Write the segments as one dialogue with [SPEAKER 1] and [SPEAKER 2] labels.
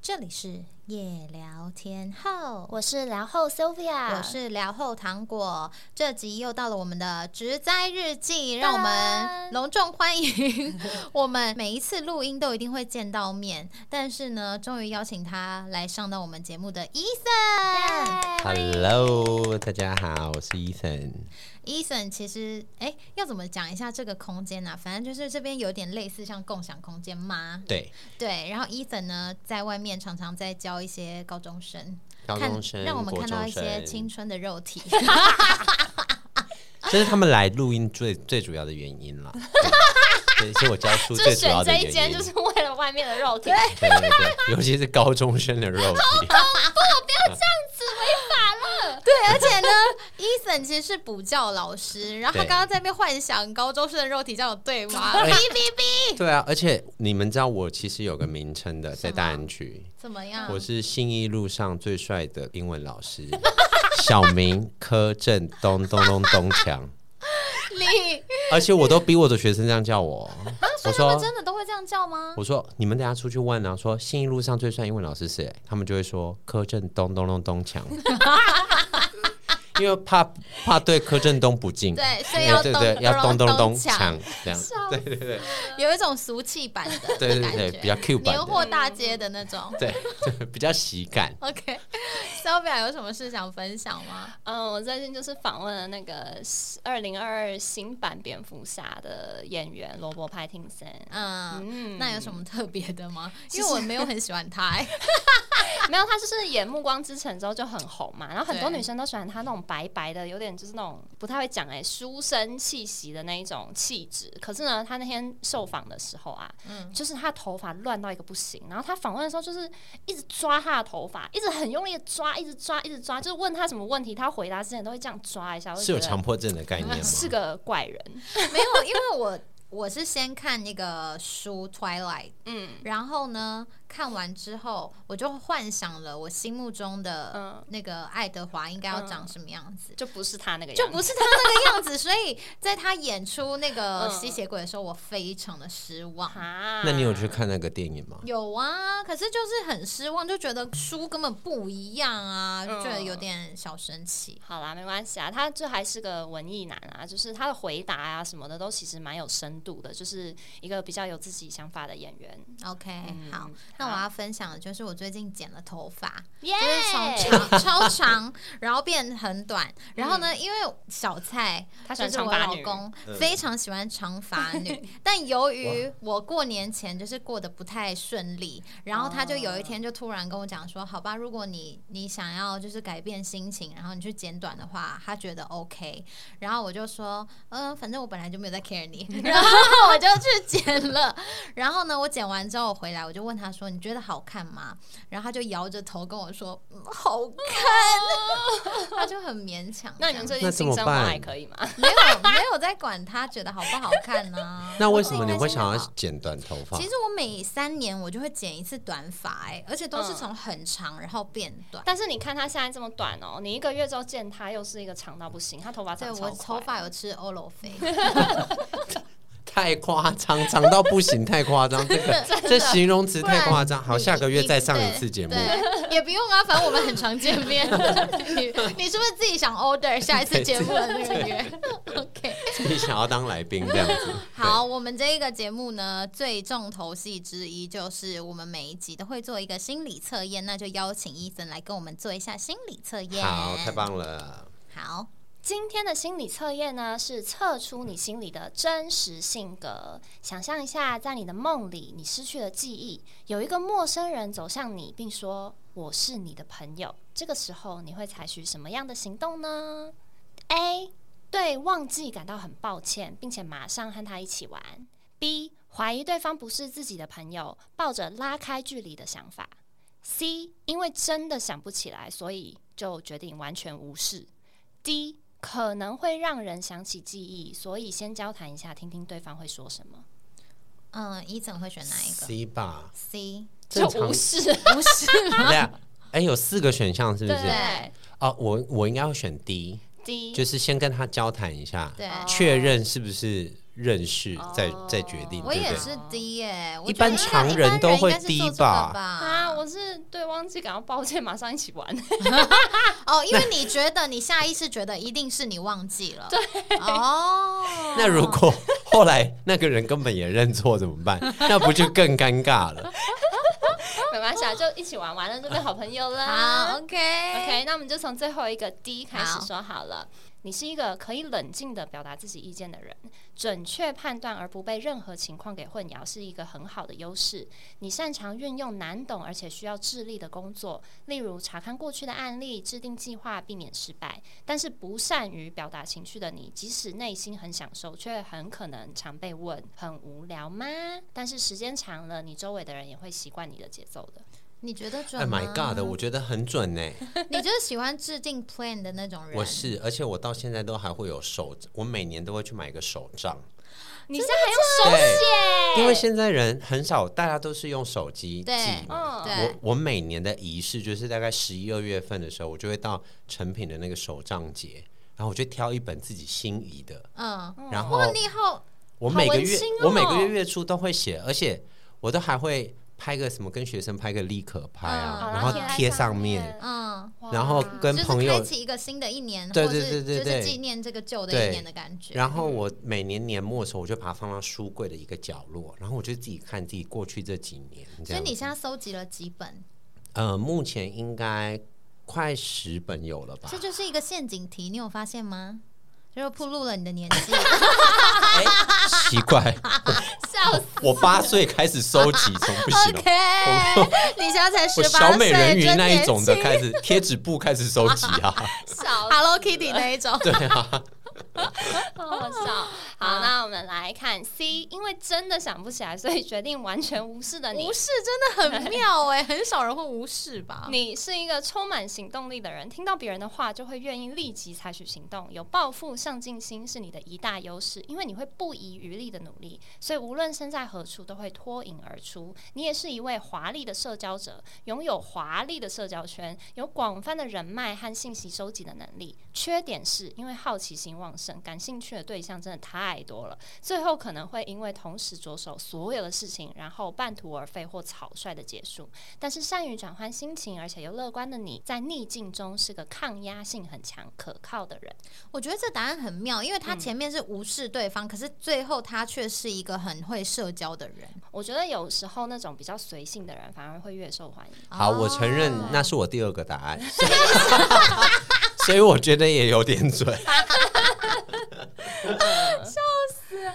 [SPEAKER 1] 这里是夜聊天后，啊
[SPEAKER 2] 我是聊后 Sylvia，
[SPEAKER 1] 我是聊后糖果。这集又到了我们的植栽日记，让我们隆重欢迎我们每一次录音都一定会见到面，但是呢，终于邀请他来上到我们节目的伊森。
[SPEAKER 3] Hello，大家好，我是 Ethan。
[SPEAKER 1] 伊森其实，哎，要怎么讲一下这个空间呢、反正就是这边有点类似像共享空间吗？
[SPEAKER 3] 对，
[SPEAKER 1] 对，然后伊森呢，在外面常常在教一些高中生，
[SPEAKER 3] 高中生、
[SPEAKER 1] 看让我们
[SPEAKER 3] 国
[SPEAKER 1] 看到
[SPEAKER 3] 中
[SPEAKER 1] 一些
[SPEAKER 3] 生
[SPEAKER 1] 青春的肉 体。
[SPEAKER 3] 这是他们来录音最最主要的原 因了。对，是我教书
[SPEAKER 2] 就
[SPEAKER 3] 最主要
[SPEAKER 2] 选
[SPEAKER 3] 的
[SPEAKER 2] 这
[SPEAKER 3] 原
[SPEAKER 2] 一间
[SPEAKER 3] 因。
[SPEAKER 2] 就是为了外面的肉体，啊
[SPEAKER 3] 对对对，尤其是高中生的肉 体。
[SPEAKER 1] 对，而且呢，伊森其实是补教老师，然后他
[SPEAKER 3] 对
[SPEAKER 1] 刚刚在那边幻想高中生的肉体，这样有对吗？
[SPEAKER 3] 哎
[SPEAKER 1] 哔哔哔，
[SPEAKER 3] 对啊，而且你们知道我其实有个名称的，在
[SPEAKER 1] 什么
[SPEAKER 3] 大安区，
[SPEAKER 1] 怎么样？
[SPEAKER 3] 我是信义路上最帅的英文老师， 小明柯震东东东东 强，
[SPEAKER 1] 你
[SPEAKER 3] 而且我都逼我的学生这样叫我。我
[SPEAKER 1] 啊他们
[SPEAKER 3] 说
[SPEAKER 1] 真的都会这样叫吗？
[SPEAKER 3] 我说你们等一下出去问啊，说信义路上最帅英文老师是谁？他们就会说柯震东东东 东强，因为怕怕对柯震东不敬，
[SPEAKER 1] 对，所以
[SPEAKER 3] 对
[SPEAKER 1] 要
[SPEAKER 3] 对
[SPEAKER 1] 咚
[SPEAKER 3] 对，要咚
[SPEAKER 1] 咚
[SPEAKER 3] 咚咚
[SPEAKER 1] 锵，
[SPEAKER 3] 锵这样，对对对
[SPEAKER 1] 有一种俗气版的感觉，
[SPEAKER 3] 对对对，比较 Q 版
[SPEAKER 1] 年
[SPEAKER 3] 的，
[SPEAKER 1] 货大街的那种。
[SPEAKER 3] 对，对比较喜感。
[SPEAKER 1] OK，Sylvia 有什么事想分享吗？
[SPEAKER 2] 嗯，我最近就是访问了那个二零二二新版蝙蝠侠的演员罗伯·派汀森。
[SPEAKER 1] 嗯，
[SPEAKER 2] 嗯
[SPEAKER 1] 那有什么特别的吗？因为我没有很喜欢他、欸，
[SPEAKER 2] 没有，他就是演《暮光之城》之后就很红嘛，然后很多
[SPEAKER 1] 对
[SPEAKER 2] 女生都喜欢他那种白白的，有点就是那种不太会讲哎、书生气息的那一种气质。可是呢，他那天受访的时候啊，
[SPEAKER 1] 嗯
[SPEAKER 2] 就是他头发乱到一个不行，然后他访问的时候就是一直抓他的头发，一直很用力的抓，一直抓，一直抓，就是问他什么问题，他回答之前都会这样抓一下，我
[SPEAKER 3] 是
[SPEAKER 2] 就
[SPEAKER 3] 有
[SPEAKER 2] 觉
[SPEAKER 3] 强
[SPEAKER 2] 得
[SPEAKER 3] 迫症的
[SPEAKER 1] 啊
[SPEAKER 3] 概念吗？
[SPEAKER 2] 是个怪人。
[SPEAKER 1] 没有，因为我我是先看那个书《Twilight》，
[SPEAKER 2] 嗯
[SPEAKER 1] 然后呢，看完之后我就幻想了我心目中的
[SPEAKER 2] 嗯
[SPEAKER 1] 那个爱德华应该要长什么样子。
[SPEAKER 2] 就不是他那个样子，
[SPEAKER 1] 就不是他那个样子，所以在他演出那个
[SPEAKER 2] 嗯
[SPEAKER 1] 吸血鬼的时候，我非常的失望。
[SPEAKER 2] 啊。
[SPEAKER 3] 那你有去看那个电影吗？
[SPEAKER 1] 有啊，可是就是很失望，就觉得书根本不一样啊，
[SPEAKER 2] 嗯
[SPEAKER 1] 就觉得有点小生气。
[SPEAKER 2] 好啦，没关系啊，他就还是个文艺男啊，就是他的回答啊什么的都其实蛮有深度的，就是一个比较有自己想法的演员。
[SPEAKER 1] OK，、
[SPEAKER 2] 嗯
[SPEAKER 1] 哎好，那我要分享的就是我最近剪了头发，
[SPEAKER 2] 耶
[SPEAKER 1] 就是从长超长，然后变很短。然后呢，因为小蔡
[SPEAKER 2] 他
[SPEAKER 1] 就
[SPEAKER 2] 喜欢
[SPEAKER 1] 是
[SPEAKER 2] 长
[SPEAKER 1] 我
[SPEAKER 2] 发
[SPEAKER 1] 老
[SPEAKER 2] 女，
[SPEAKER 1] 公
[SPEAKER 3] 嗯
[SPEAKER 1] 非常喜欢长发女， 但由于我过年前就是过得不太顺利，然后他就有一天就突然跟我讲说：“好吧，如果你你想要就是改变心情，然后你去剪短的话，他觉得 OK。”然后我就说：“嗯，反正我本来就没有在 care 你。” 然后我就去剪了。然后呢，我剪完之后我回来，我就问他说：“你觉得好看吗？”然后他就摇着头跟我说：“嗯、好看。” 他就很勉强这样。
[SPEAKER 2] 那你们最近
[SPEAKER 3] 那怎
[SPEAKER 2] 性
[SPEAKER 3] 么
[SPEAKER 2] 生活还
[SPEAKER 3] 办
[SPEAKER 2] 可以吗？
[SPEAKER 1] 没有没有在管他觉得好不好看呢、
[SPEAKER 3] 那为什么你会想
[SPEAKER 1] 我
[SPEAKER 3] 要
[SPEAKER 1] 自己开心就好
[SPEAKER 3] 剪短头发
[SPEAKER 1] 其？实我每三年我就会剪一次短发、哎，而且都是从很长然后变短。
[SPEAKER 2] 但是你看他现在这么短哦，你一个月之后见他又是一个长到不行，他头发
[SPEAKER 1] 对
[SPEAKER 2] 长
[SPEAKER 1] 我
[SPEAKER 2] 超
[SPEAKER 1] 头
[SPEAKER 2] 快
[SPEAKER 1] 发有吃欧罗菲，
[SPEAKER 3] 太夸张，长到不行，太夸张， 这个 这形容词太夸张。好，
[SPEAKER 1] 你
[SPEAKER 3] 下个月
[SPEAKER 1] 你
[SPEAKER 3] 再上一
[SPEAKER 1] 对
[SPEAKER 3] 次节目。
[SPEAKER 1] 对，也不用啊，反正我们很常见 面。你你是不是自己想 order 下一次节目的那个月？OK，
[SPEAKER 3] 你想要当来宾这样子。
[SPEAKER 1] 好，我们这一个节目呢，最重头戏之一就是我们每一集都会做一个心理测验，那就邀请伊森来跟我们做一下心理测
[SPEAKER 3] 对
[SPEAKER 1] 验。
[SPEAKER 3] 好，太棒了。
[SPEAKER 1] 好，
[SPEAKER 2] 今天的心理测验呢，是测出你心里的真实性格。想象一下，在你的梦里，你失去了记忆，有一个陌生人走向你，并说：“我是你的朋友。”这个时候，你会采取什么样的行动呢？A. 对忘记感到很抱歉，并且马上和他一起玩。B. 怀疑对方不是自己的朋友，抱着拉开距离的想法。C. 因为真的想不起来，所以就决定完全无视。D 可能会让人想起记忆，所以先交谈一下，听听对方会说什么。
[SPEAKER 1] 嗯，伊森会选哪一个
[SPEAKER 3] C 吧，
[SPEAKER 1] ？C，
[SPEAKER 3] 正常。
[SPEAKER 2] 视，
[SPEAKER 1] 不是吗？
[SPEAKER 3] 对啊，哎，有四个选项是不是？
[SPEAKER 2] 对
[SPEAKER 3] 哦，我我应该要选 D，
[SPEAKER 2] ，D
[SPEAKER 3] 就是先跟他交谈一下，
[SPEAKER 1] 对，哦
[SPEAKER 2] 哦
[SPEAKER 3] 确认是不是认识再再决定，
[SPEAKER 1] 我
[SPEAKER 3] 对不
[SPEAKER 1] 也
[SPEAKER 3] 对？
[SPEAKER 1] 是低耶、我
[SPEAKER 3] 一
[SPEAKER 1] 觉得
[SPEAKER 3] 般
[SPEAKER 1] 应该
[SPEAKER 3] 常
[SPEAKER 1] 一般
[SPEAKER 3] 人
[SPEAKER 1] 人
[SPEAKER 3] 都会
[SPEAKER 1] 应该是
[SPEAKER 3] 低
[SPEAKER 1] 做这个
[SPEAKER 3] 吧
[SPEAKER 2] 啊，我是对忘记感到抱歉，马上一起玩。
[SPEAKER 1] 哦，因为你觉得你下意识觉得一定是你忘记了，对， 哦，
[SPEAKER 3] 那如果后来那个人根本也认错怎么 办？那不就更尴尬了？
[SPEAKER 2] 没关系啊，就一起玩，完了就变好朋友啦。
[SPEAKER 1] 好，OK，OK，
[SPEAKER 2] 啊 OK，那我们就从最后一个 D 开始
[SPEAKER 1] 好
[SPEAKER 2] 说好了。你是一个可以冷静的表达自己意见的人，准确判断而不被任何情况给混淆是一个很好的优势。你擅长运用难懂而且需要智力的工作，例如查看过去的案例、制定计划、避免失败。但是不善于表达情绪的你，即使内心很享受，却很可能常被问“很无聊吗？”但是时间长了，你周围的人也会习惯你的节奏的。
[SPEAKER 1] 你觉得
[SPEAKER 3] 哎
[SPEAKER 1] 准啊吗
[SPEAKER 3] my god，我觉得很准欸呢、
[SPEAKER 1] 你就是喜欢制定 plan 的那种人，
[SPEAKER 3] 我是，而且我到现在都还会有手，我每年都会去买一个手账。
[SPEAKER 2] 你现在还用手
[SPEAKER 3] 对
[SPEAKER 2] 写？
[SPEAKER 3] 因为现在人很少，大家都是用手机
[SPEAKER 1] 对
[SPEAKER 3] 记嘛。
[SPEAKER 1] 嗯对
[SPEAKER 3] 我我每年的仪式就是大概十一二月份的时候，我就会到成品的那个手账节，然后我就挑一本自己心仪的，
[SPEAKER 1] 嗯，
[SPEAKER 2] 哦
[SPEAKER 3] 然后
[SPEAKER 1] 哇，你以后
[SPEAKER 3] 我每个
[SPEAKER 2] 文
[SPEAKER 3] 月、
[SPEAKER 2] 青
[SPEAKER 3] 我每个
[SPEAKER 2] 哦
[SPEAKER 3] 月月初都会写，而且我都还会拍个什么跟学生拍个立可拍啊，
[SPEAKER 2] 嗯
[SPEAKER 3] 然
[SPEAKER 2] 然后
[SPEAKER 3] 后
[SPEAKER 2] 贴
[SPEAKER 3] 贴
[SPEAKER 2] 在
[SPEAKER 3] 上
[SPEAKER 2] 上面
[SPEAKER 3] 面，
[SPEAKER 1] 嗯。
[SPEAKER 2] 哇
[SPEAKER 3] 然后跟
[SPEAKER 1] 就是
[SPEAKER 3] 朋友
[SPEAKER 1] 开启一个新的一年，
[SPEAKER 3] 对
[SPEAKER 1] 或是
[SPEAKER 3] 对对对
[SPEAKER 1] 就
[SPEAKER 3] 对
[SPEAKER 1] 是纪念这个旧的
[SPEAKER 3] 对
[SPEAKER 1] 一年的感觉。
[SPEAKER 3] 然后我每年年末的时候，我就把它放到书柜的一个角落，然后我就自己看自己过去这几年这
[SPEAKER 1] 所以
[SPEAKER 3] 样。
[SPEAKER 1] 你现在搜集了几本？
[SPEAKER 3] 呃，目前应该快十本有了吧
[SPEAKER 1] 这？就是一个陷阱题，你有发现吗？就是暴露了你的年 纪。
[SPEAKER 3] 哎， 奇 怪，
[SPEAKER 2] 笑死！
[SPEAKER 3] 我八岁开始收集，怎么不行 哦？
[SPEAKER 1] OK，你现在才
[SPEAKER 3] 我
[SPEAKER 1] 十八
[SPEAKER 3] 小
[SPEAKER 1] 岁，
[SPEAKER 3] 美人鱼
[SPEAKER 1] 真
[SPEAKER 3] 那一
[SPEAKER 1] 年
[SPEAKER 3] 种的
[SPEAKER 1] 轻
[SPEAKER 3] 开始，贴纸布开始收集 啊。
[SPEAKER 2] 笑
[SPEAKER 1] Hello Kitty 那一种。
[SPEAKER 3] 对啊，
[SPEAKER 2] 好笑。好，那我们来看 C，因为真的想不起来，所以决定完全无视的你
[SPEAKER 1] 无。视真的很妙哎、 很少人会无视吧？
[SPEAKER 2] 你是一个充满行动力的人，听到别人的话就会愿意立即采取行动，有抱负、上进心是你的一大优势，因为你会不遗余力的努力，所以无论身在何处都会脱颖而出。你也是一位华丽的社交者，拥有华丽的社交圈，有广泛的人脉和信息收集的能力。缺点是因为好奇心旺盛，感兴趣的对象真的太多了，最后可能会因为同时着手所有的事情，然后半途而废或草率的结束。但是善于转换心情，而且又乐观的你，在逆境中是个抗压性很强、可靠的人。
[SPEAKER 1] 我觉得这答案很妙，因为他前面是无视对方，可是最后他却是一个很会社交的人。
[SPEAKER 2] 我觉得有时候那种比较随性的人，反而会越受欢迎。
[SPEAKER 3] 好，我承认
[SPEAKER 1] 哦
[SPEAKER 3] 那是我第二个答案，所以我觉得也有点准。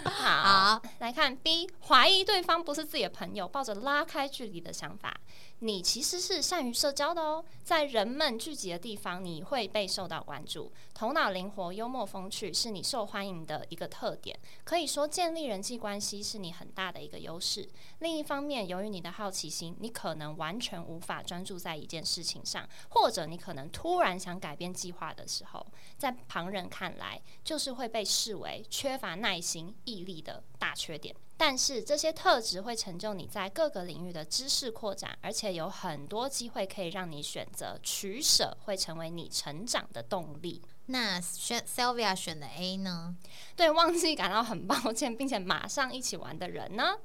[SPEAKER 2] 好，
[SPEAKER 1] 好，
[SPEAKER 2] 来看 B，怀疑对方不是自己的朋友，抱着拉开距离的想法。你其实是善于社交的哦，在人们聚集的地方，你会被受到关注。头脑灵活、幽默风趣是你受欢迎的一个特点，可以说建立人际关系是你很大的一个优势。另一方面，由于你的好奇心，你可能完全无法专注在一件事情上，或者你可能突然想改变计划的时候，在旁人看来，就是会被视为缺乏耐心、毅力的大缺点。但是这些特质会成就你在各个领域的知识扩展，而且有很多机会可以让你选择取舍，会成为你成长的动力。
[SPEAKER 1] 那选 Sylvia 选的 A 呢？
[SPEAKER 2] 对忘记感到很抱歉，并且马上一起玩的人呢？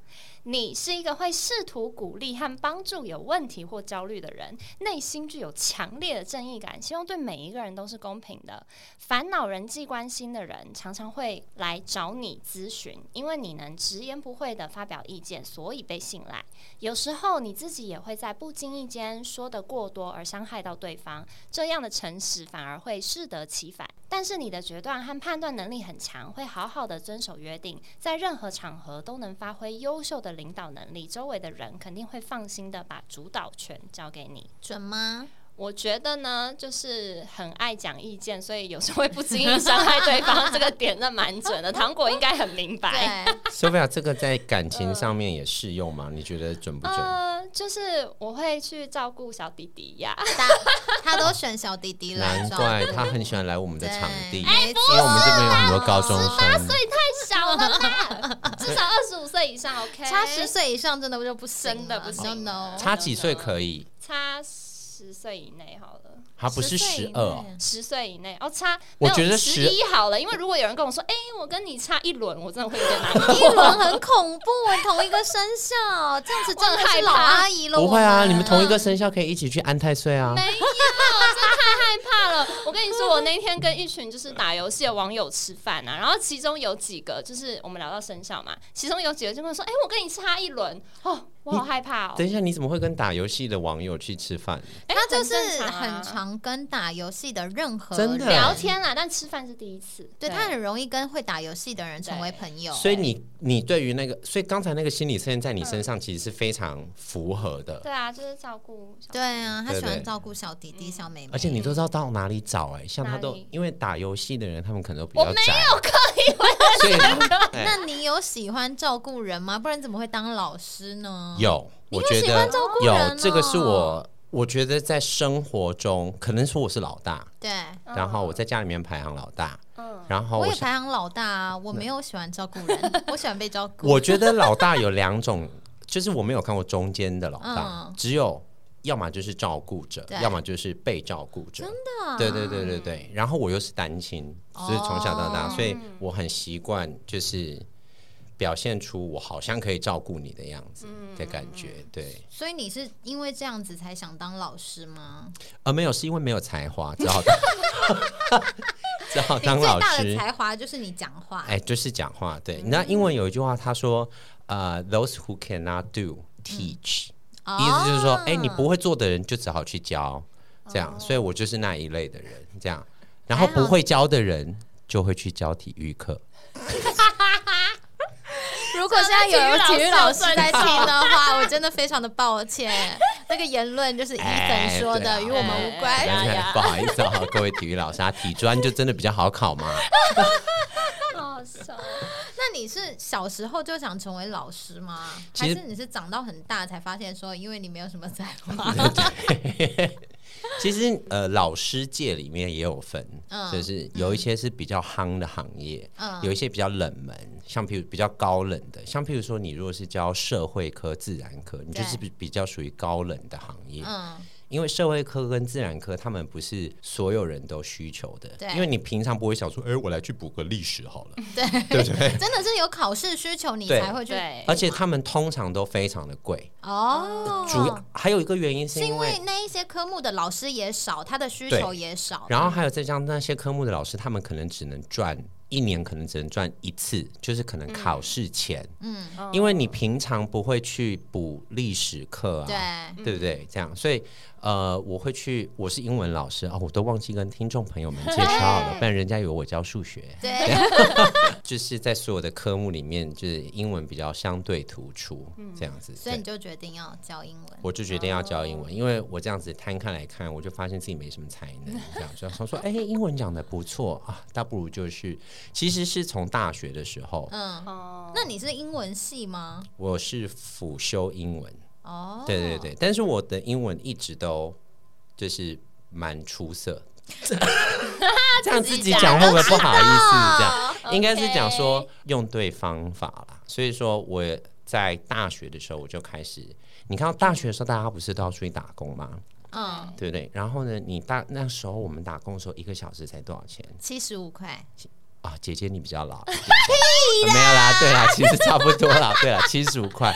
[SPEAKER 2] 你是一个会试图鼓励和帮助有问题或焦虑的人，内心具有强烈的正义感，希望对每一个人都是公平的。烦恼人际关系的人常常会来找你咨询，因为你能直言不讳的发表意见，所以被信赖。有时候你自己也会在不经意间说的过多而伤害到对方，这样的诚实反而会适得其反。但是你的决断和判断能力很强，会好好的遵守约定，在任何场合都能发挥优秀的领导能力，周围的人肯定会放心的把主导权交给你。
[SPEAKER 1] 准吗？
[SPEAKER 2] 我觉得呢，就是很爱讲意见，所以有时候会不经意伤害对方，这个点那蛮准的。糖果应该很明白。
[SPEAKER 1] 对，
[SPEAKER 3] Sophia，这个在感情上面也适用吗？你觉得准不准？
[SPEAKER 2] 呃，就是我会去照顾小弟弟 呀，
[SPEAKER 1] 他他都选小弟弟了，
[SPEAKER 3] 难怪他很喜欢来我们的
[SPEAKER 1] 对
[SPEAKER 3] 场地，因
[SPEAKER 1] 哎
[SPEAKER 2] 啊
[SPEAKER 3] 为我们这边有很多高中生
[SPEAKER 2] 所。以太小了吧， 至少二十五岁以上 OK。
[SPEAKER 1] 差十岁以上真的就不行了
[SPEAKER 2] 真的不行
[SPEAKER 1] no no。
[SPEAKER 3] 差几岁可以？
[SPEAKER 2] 差十十岁以内好了，
[SPEAKER 3] 他不是
[SPEAKER 1] 岁
[SPEAKER 3] 十
[SPEAKER 1] 以内
[SPEAKER 3] 二，
[SPEAKER 2] 十岁以内哦，差
[SPEAKER 3] 我觉得
[SPEAKER 2] 十
[SPEAKER 3] 十
[SPEAKER 2] 一好了，因为如果有人跟我说，哎、我跟你差一轮，我真的会有点难过。
[SPEAKER 1] 一轮很恐怖，同一个生肖，这样子真的是老阿姨了。
[SPEAKER 3] 不会
[SPEAKER 1] 我
[SPEAKER 3] 啊，你们同一个生肖可以一起去安太岁啊。
[SPEAKER 2] 没有，我真的 太害怕了。我跟你说，我那天跟一群就是打游戏的网友吃饭啊，然后其中有几个就是我们聊到生肖嘛，其中有几个就跟我说，哎、我跟你差一轮哦，我好害怕哦。
[SPEAKER 3] 等一下，你怎么会跟打游戏的网友去吃饭？
[SPEAKER 2] 哎
[SPEAKER 1] 他就
[SPEAKER 2] 很正
[SPEAKER 1] 是
[SPEAKER 2] 常啊
[SPEAKER 1] 很常跟打游戏的任何
[SPEAKER 3] 真的
[SPEAKER 1] 人
[SPEAKER 2] 聊天啦，但吃饭是第一次。
[SPEAKER 1] 对他很容易跟会打游戏的人成为朋友。
[SPEAKER 3] 所以你你对于那个，所以刚才那个心理测验在你身上其实是非常符合的，
[SPEAKER 2] 对啊，就是照顾小。
[SPEAKER 1] 对啊，他
[SPEAKER 3] 对
[SPEAKER 1] 喜欢
[SPEAKER 3] 对
[SPEAKER 1] 照顾小弟弟、小妹妹。
[SPEAKER 3] 而且你都知道到哪里找哎、像他
[SPEAKER 2] 哪
[SPEAKER 3] 都
[SPEAKER 2] 里
[SPEAKER 3] 因为打游戏的人，他们可能都比
[SPEAKER 2] 我
[SPEAKER 3] 较
[SPEAKER 2] 没
[SPEAKER 3] 宅，
[SPEAKER 2] 有刻意，
[SPEAKER 3] 所以 哎
[SPEAKER 1] 那你有喜欢照顾人吗？不然怎么会当老师呢？
[SPEAKER 3] 有，
[SPEAKER 1] 嗯你
[SPEAKER 3] 我
[SPEAKER 1] 又
[SPEAKER 3] 觉
[SPEAKER 1] 喜欢
[SPEAKER 3] 得
[SPEAKER 1] 照顾人
[SPEAKER 3] 有
[SPEAKER 1] 哦
[SPEAKER 3] 这个是我，我觉得在生活中可能说我是老大，
[SPEAKER 1] 对，
[SPEAKER 3] 然后我在家里面排行老大，
[SPEAKER 2] 嗯，
[SPEAKER 3] 然
[SPEAKER 1] 嗯
[SPEAKER 3] 后
[SPEAKER 1] 我
[SPEAKER 3] 哦我
[SPEAKER 1] 也
[SPEAKER 3] 是
[SPEAKER 1] 排行老大啊，我没有喜欢照顾 人，我喜欢被照顾。
[SPEAKER 3] 我觉得老大有两种，就是我没有看过中间的老大，
[SPEAKER 1] 嗯
[SPEAKER 3] 只有要么就是照顾者
[SPEAKER 1] 对，
[SPEAKER 3] 要么就是被照顾者。真
[SPEAKER 1] 的啊
[SPEAKER 3] 对对对对对。然后我又是单亲，就是从小到大，
[SPEAKER 1] 哦
[SPEAKER 3] 所以我很习惯就是表现出我好像可以照顾你的样子
[SPEAKER 1] 嗯
[SPEAKER 3] 的感觉。对，
[SPEAKER 1] 所以你是因为这样子才想当老师吗？
[SPEAKER 3] 而呃没有是因为没有才华，只好当 只好
[SPEAKER 1] 你
[SPEAKER 3] 当
[SPEAKER 1] 最
[SPEAKER 3] 老
[SPEAKER 1] 大的
[SPEAKER 3] 师。
[SPEAKER 1] 才嗯华就是你讲话。
[SPEAKER 3] 哎，就是讲话。对，你知道英文有一句话，他说：“呃，those who cannot do teach。”意
[SPEAKER 1] 嗯
[SPEAKER 3] 思就是
[SPEAKER 1] 哦
[SPEAKER 3] 说，哎、
[SPEAKER 1] 啊
[SPEAKER 3] 你不会做的人就只好去教，这样，所以我就是那一类的人，这样，然后
[SPEAKER 1] 还好
[SPEAKER 3] 不会教的人就会去教体育课，
[SPEAKER 1] 如果现在有人体育老师在听
[SPEAKER 2] 上面
[SPEAKER 1] 的话， 我真的非常的抱歉。那个言论就是伊
[SPEAKER 3] 哎
[SPEAKER 1] 森说的，
[SPEAKER 3] 对啊
[SPEAKER 1] 与我们无关。
[SPEAKER 2] 哎呀呀
[SPEAKER 3] 不好意思啊，各位体育老师啊，体专就真的比较好考嘛，
[SPEAKER 2] 好好笑哦。
[SPEAKER 1] 那你是小时候就想成为老师吗？还
[SPEAKER 3] 其实
[SPEAKER 1] 是你是长到很大才发现说，因为你没有什么才华？
[SPEAKER 3] 其实呃，老师界里面也有分，
[SPEAKER 1] 嗯
[SPEAKER 3] 就是有一些是比较夯的行业，
[SPEAKER 1] 嗯
[SPEAKER 3] 有一些比较冷门，像譬如比较高冷的，像譬如说你如果是教社会科、自然科，你就是比比较属于高冷的行业，
[SPEAKER 1] 嗯，
[SPEAKER 3] 因为社会科跟自然科，他们不是所有人都需求的。
[SPEAKER 1] 对
[SPEAKER 3] 因为你平常不会想说，哎、我来去补个历史好 了。
[SPEAKER 1] 真的是有考试需求，你
[SPEAKER 3] 对
[SPEAKER 1] 才会去
[SPEAKER 2] 对，
[SPEAKER 3] 而且他们通常都非常的贵。
[SPEAKER 1] 哦。
[SPEAKER 3] 主要还有一个原因是
[SPEAKER 1] 是因
[SPEAKER 3] 因为，
[SPEAKER 1] 为那一些科目的老师也少，他的需
[SPEAKER 3] 对
[SPEAKER 1] 求也少。
[SPEAKER 3] 然后还有再加上那些科目的老师，他们可能只能赚一年，可能只能赚一次，就是可能考试前。
[SPEAKER 1] 嗯，
[SPEAKER 3] 因为你平常不会去补历史课啊，
[SPEAKER 1] 对，
[SPEAKER 3] 对不对？这样，所以呃，我会去，我是英文老师啊、我都忘记跟听众朋友们介 绍了，不然人家以为我教数学。
[SPEAKER 1] 对，
[SPEAKER 3] 就是在所有的科目里面，就是英文比较相对突出，这样子。
[SPEAKER 1] 嗯所以你
[SPEAKER 3] 对
[SPEAKER 1] 就哦决定要教英文。
[SPEAKER 3] 我就决定要教英文，因为我这样子摊开来看，我就发现自己没什么才能，这样就想说，哎、英文讲的不错啊，倒不如就是，其实是从大学的时候，
[SPEAKER 1] 嗯，
[SPEAKER 2] 哦，
[SPEAKER 1] 那你是英文系吗？
[SPEAKER 3] 我是辅修英文，
[SPEAKER 1] 哦，
[SPEAKER 3] 对对对，但是我的英文一直都就是蛮出色。这样自己讲会不会不好意思？这样应该是讲说用对方法啦。所以说我在大学的时候我就开始，你看到大学的时候大家不是都要出去打工吗？
[SPEAKER 1] 嗯，
[SPEAKER 3] 对不对？然后呢，你大那时候我们打工的时候一个小时才多少钱
[SPEAKER 1] 七十五块，
[SPEAKER 3] 啊？姐姐你比较老，呃没有啦，对啦，其实差不多啦，对啦，七十五块。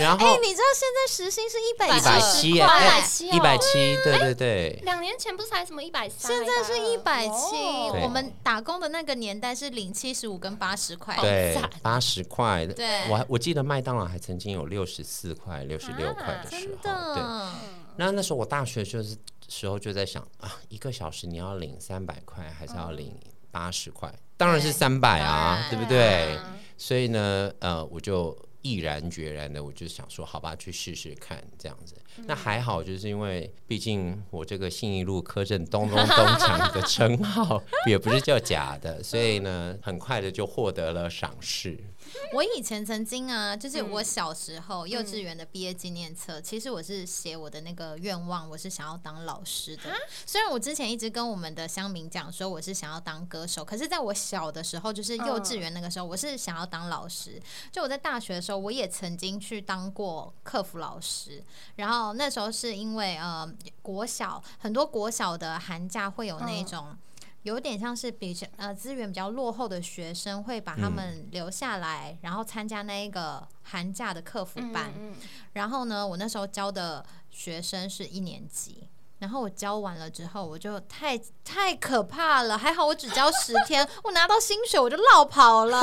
[SPEAKER 3] 然
[SPEAKER 1] 哎、
[SPEAKER 3] 后
[SPEAKER 1] 你知道现在时薪是一百
[SPEAKER 3] 一百
[SPEAKER 1] 七
[SPEAKER 3] 七
[SPEAKER 1] 十
[SPEAKER 3] 耶，
[SPEAKER 1] 块，
[SPEAKER 3] 哎
[SPEAKER 2] 170
[SPEAKER 3] 一百七，对对对，
[SPEAKER 2] 两年前不是才什么一百三，
[SPEAKER 1] 现在是一百七
[SPEAKER 2] 哦。
[SPEAKER 3] 对
[SPEAKER 1] 我们打工的那个年代是领七十五跟八十块，
[SPEAKER 3] 对
[SPEAKER 2] 赞，
[SPEAKER 3] 八十块。
[SPEAKER 1] 对
[SPEAKER 3] 我还我记得麦当劳还曾经有六十四块、六十六
[SPEAKER 2] 啊
[SPEAKER 3] 块的时
[SPEAKER 1] 真
[SPEAKER 3] 候。对，
[SPEAKER 1] 的。
[SPEAKER 3] 那那时候我大学就是时候就在想啊，一个小时你要领三百块，还是要领八十块？当然是三百啊，
[SPEAKER 1] 对
[SPEAKER 3] 对不
[SPEAKER 2] 对
[SPEAKER 3] 对
[SPEAKER 2] 啊？
[SPEAKER 3] 所以呢，呃，我就毅然决然的，我就想说，好吧，去试试看这样子。
[SPEAKER 2] 嗯
[SPEAKER 3] 那还好，就是因为毕竟我这个信义路柯震东东东强 的称号也不是叫假的，所以呢，很快的就获得了赏识。
[SPEAKER 1] 我以前曾经啊，就是我小时候幼稚园的毕业纪念册，其实我是写我的那个愿望，我是想要当老师的。虽然我之前一直跟我们的乡民讲说我是想要当歌手，可是在我小的时候，就是幼稚园那个时候，我是想要当老师。就我在大学的时候，我也曾经去当过客服老师，然后那时候是因为呃国小很多国小的寒假会有那种。有点像是比较呃资源比较落后的学生会把他们留下来，然后参加那一个寒假的客服班。
[SPEAKER 2] 嗯嗯
[SPEAKER 1] 然后呢，我那时候教的学生是一年级，然后我教完了之后，我就太太可怕了，还好我只教十天，我拿到薪水我就落跑了。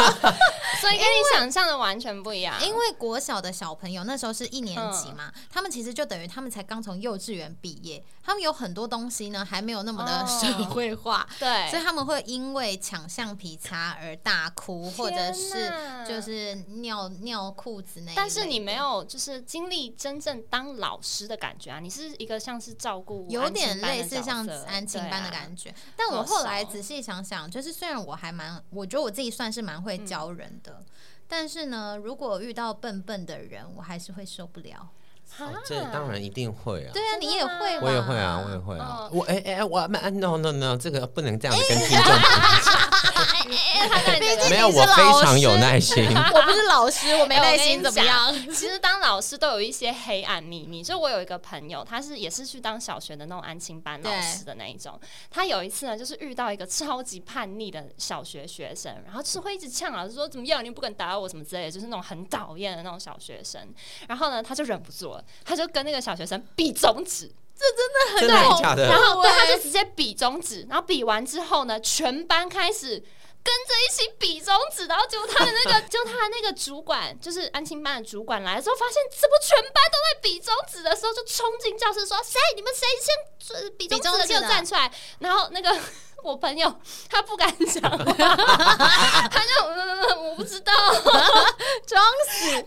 [SPEAKER 2] 所以跟你想象的完全不一样。
[SPEAKER 1] 因为国小的小朋友那时候是一年级嘛，
[SPEAKER 2] 嗯
[SPEAKER 1] 他们其实就等于他们才刚从幼稚园毕业，他们有很多东西呢还没有那么的
[SPEAKER 2] 哦
[SPEAKER 1] 社会化，
[SPEAKER 2] 对，
[SPEAKER 1] 所以他们会因为抢橡皮擦而大哭，或者是
[SPEAKER 2] 哪
[SPEAKER 1] 就是尿尿裤子那一类的。
[SPEAKER 2] 但是你没有就是经历真正当老师的感觉啊，你是一个像是照顾
[SPEAKER 1] 有点类似像
[SPEAKER 2] 像
[SPEAKER 1] 安亲班的
[SPEAKER 2] 觉。
[SPEAKER 1] 感觉，但我
[SPEAKER 2] 好
[SPEAKER 1] 后来
[SPEAKER 2] 少
[SPEAKER 1] 仔细想想，就是虽然我还蛮，我觉得我自己算是蛮会教人的，但是呢，如果遇到笨笨的人，我还是会受不了。
[SPEAKER 3] 哦这当然一定会啊。
[SPEAKER 1] 对啊，
[SPEAKER 2] 啊真的
[SPEAKER 1] 你也
[SPEAKER 2] 吗
[SPEAKER 1] 会，
[SPEAKER 3] 我也会啊，我也。会啊
[SPEAKER 2] 哦。
[SPEAKER 3] 我哎哎，我 no no no，这个不能这样子跟听众。
[SPEAKER 2] 哎他在哎这个
[SPEAKER 3] 没有，我非常有耐 心。
[SPEAKER 1] 我不是老师，我没
[SPEAKER 2] 哎我
[SPEAKER 1] 耐
[SPEAKER 2] 跟
[SPEAKER 1] 心，
[SPEAKER 2] 你
[SPEAKER 1] 怎么
[SPEAKER 2] 讲
[SPEAKER 1] 样？
[SPEAKER 2] 其实当老师都有一些黑暗秘密。就我有一个朋友，他是也是去当小学的那种安亲班老师的那一种。他有一次呢，就是遇到一个超级叛逆的小学学生，然后就是会一直呛老师说怎么样，你不肯打我什么之类的，就是那种很讨厌的那种小学生。然后呢，他就忍不住了，他就跟那个小学生比中指。
[SPEAKER 3] 真的
[SPEAKER 2] 然
[SPEAKER 3] 假的？
[SPEAKER 2] 后对，他就直接比中指，然后比完之后呢，全班开始。跟着一起比中指，然后结果他的那个，就他的那个主管，就是安亲班的主管来的时候，发现怎么全班都在比中指的时候，就冲进教室说：“谁？你们谁先呃比中指的
[SPEAKER 1] 比
[SPEAKER 2] 就
[SPEAKER 1] 中指的
[SPEAKER 2] 站出来？”然后那个我朋友他不敢讲话，他就嗯我不知道，
[SPEAKER 1] 装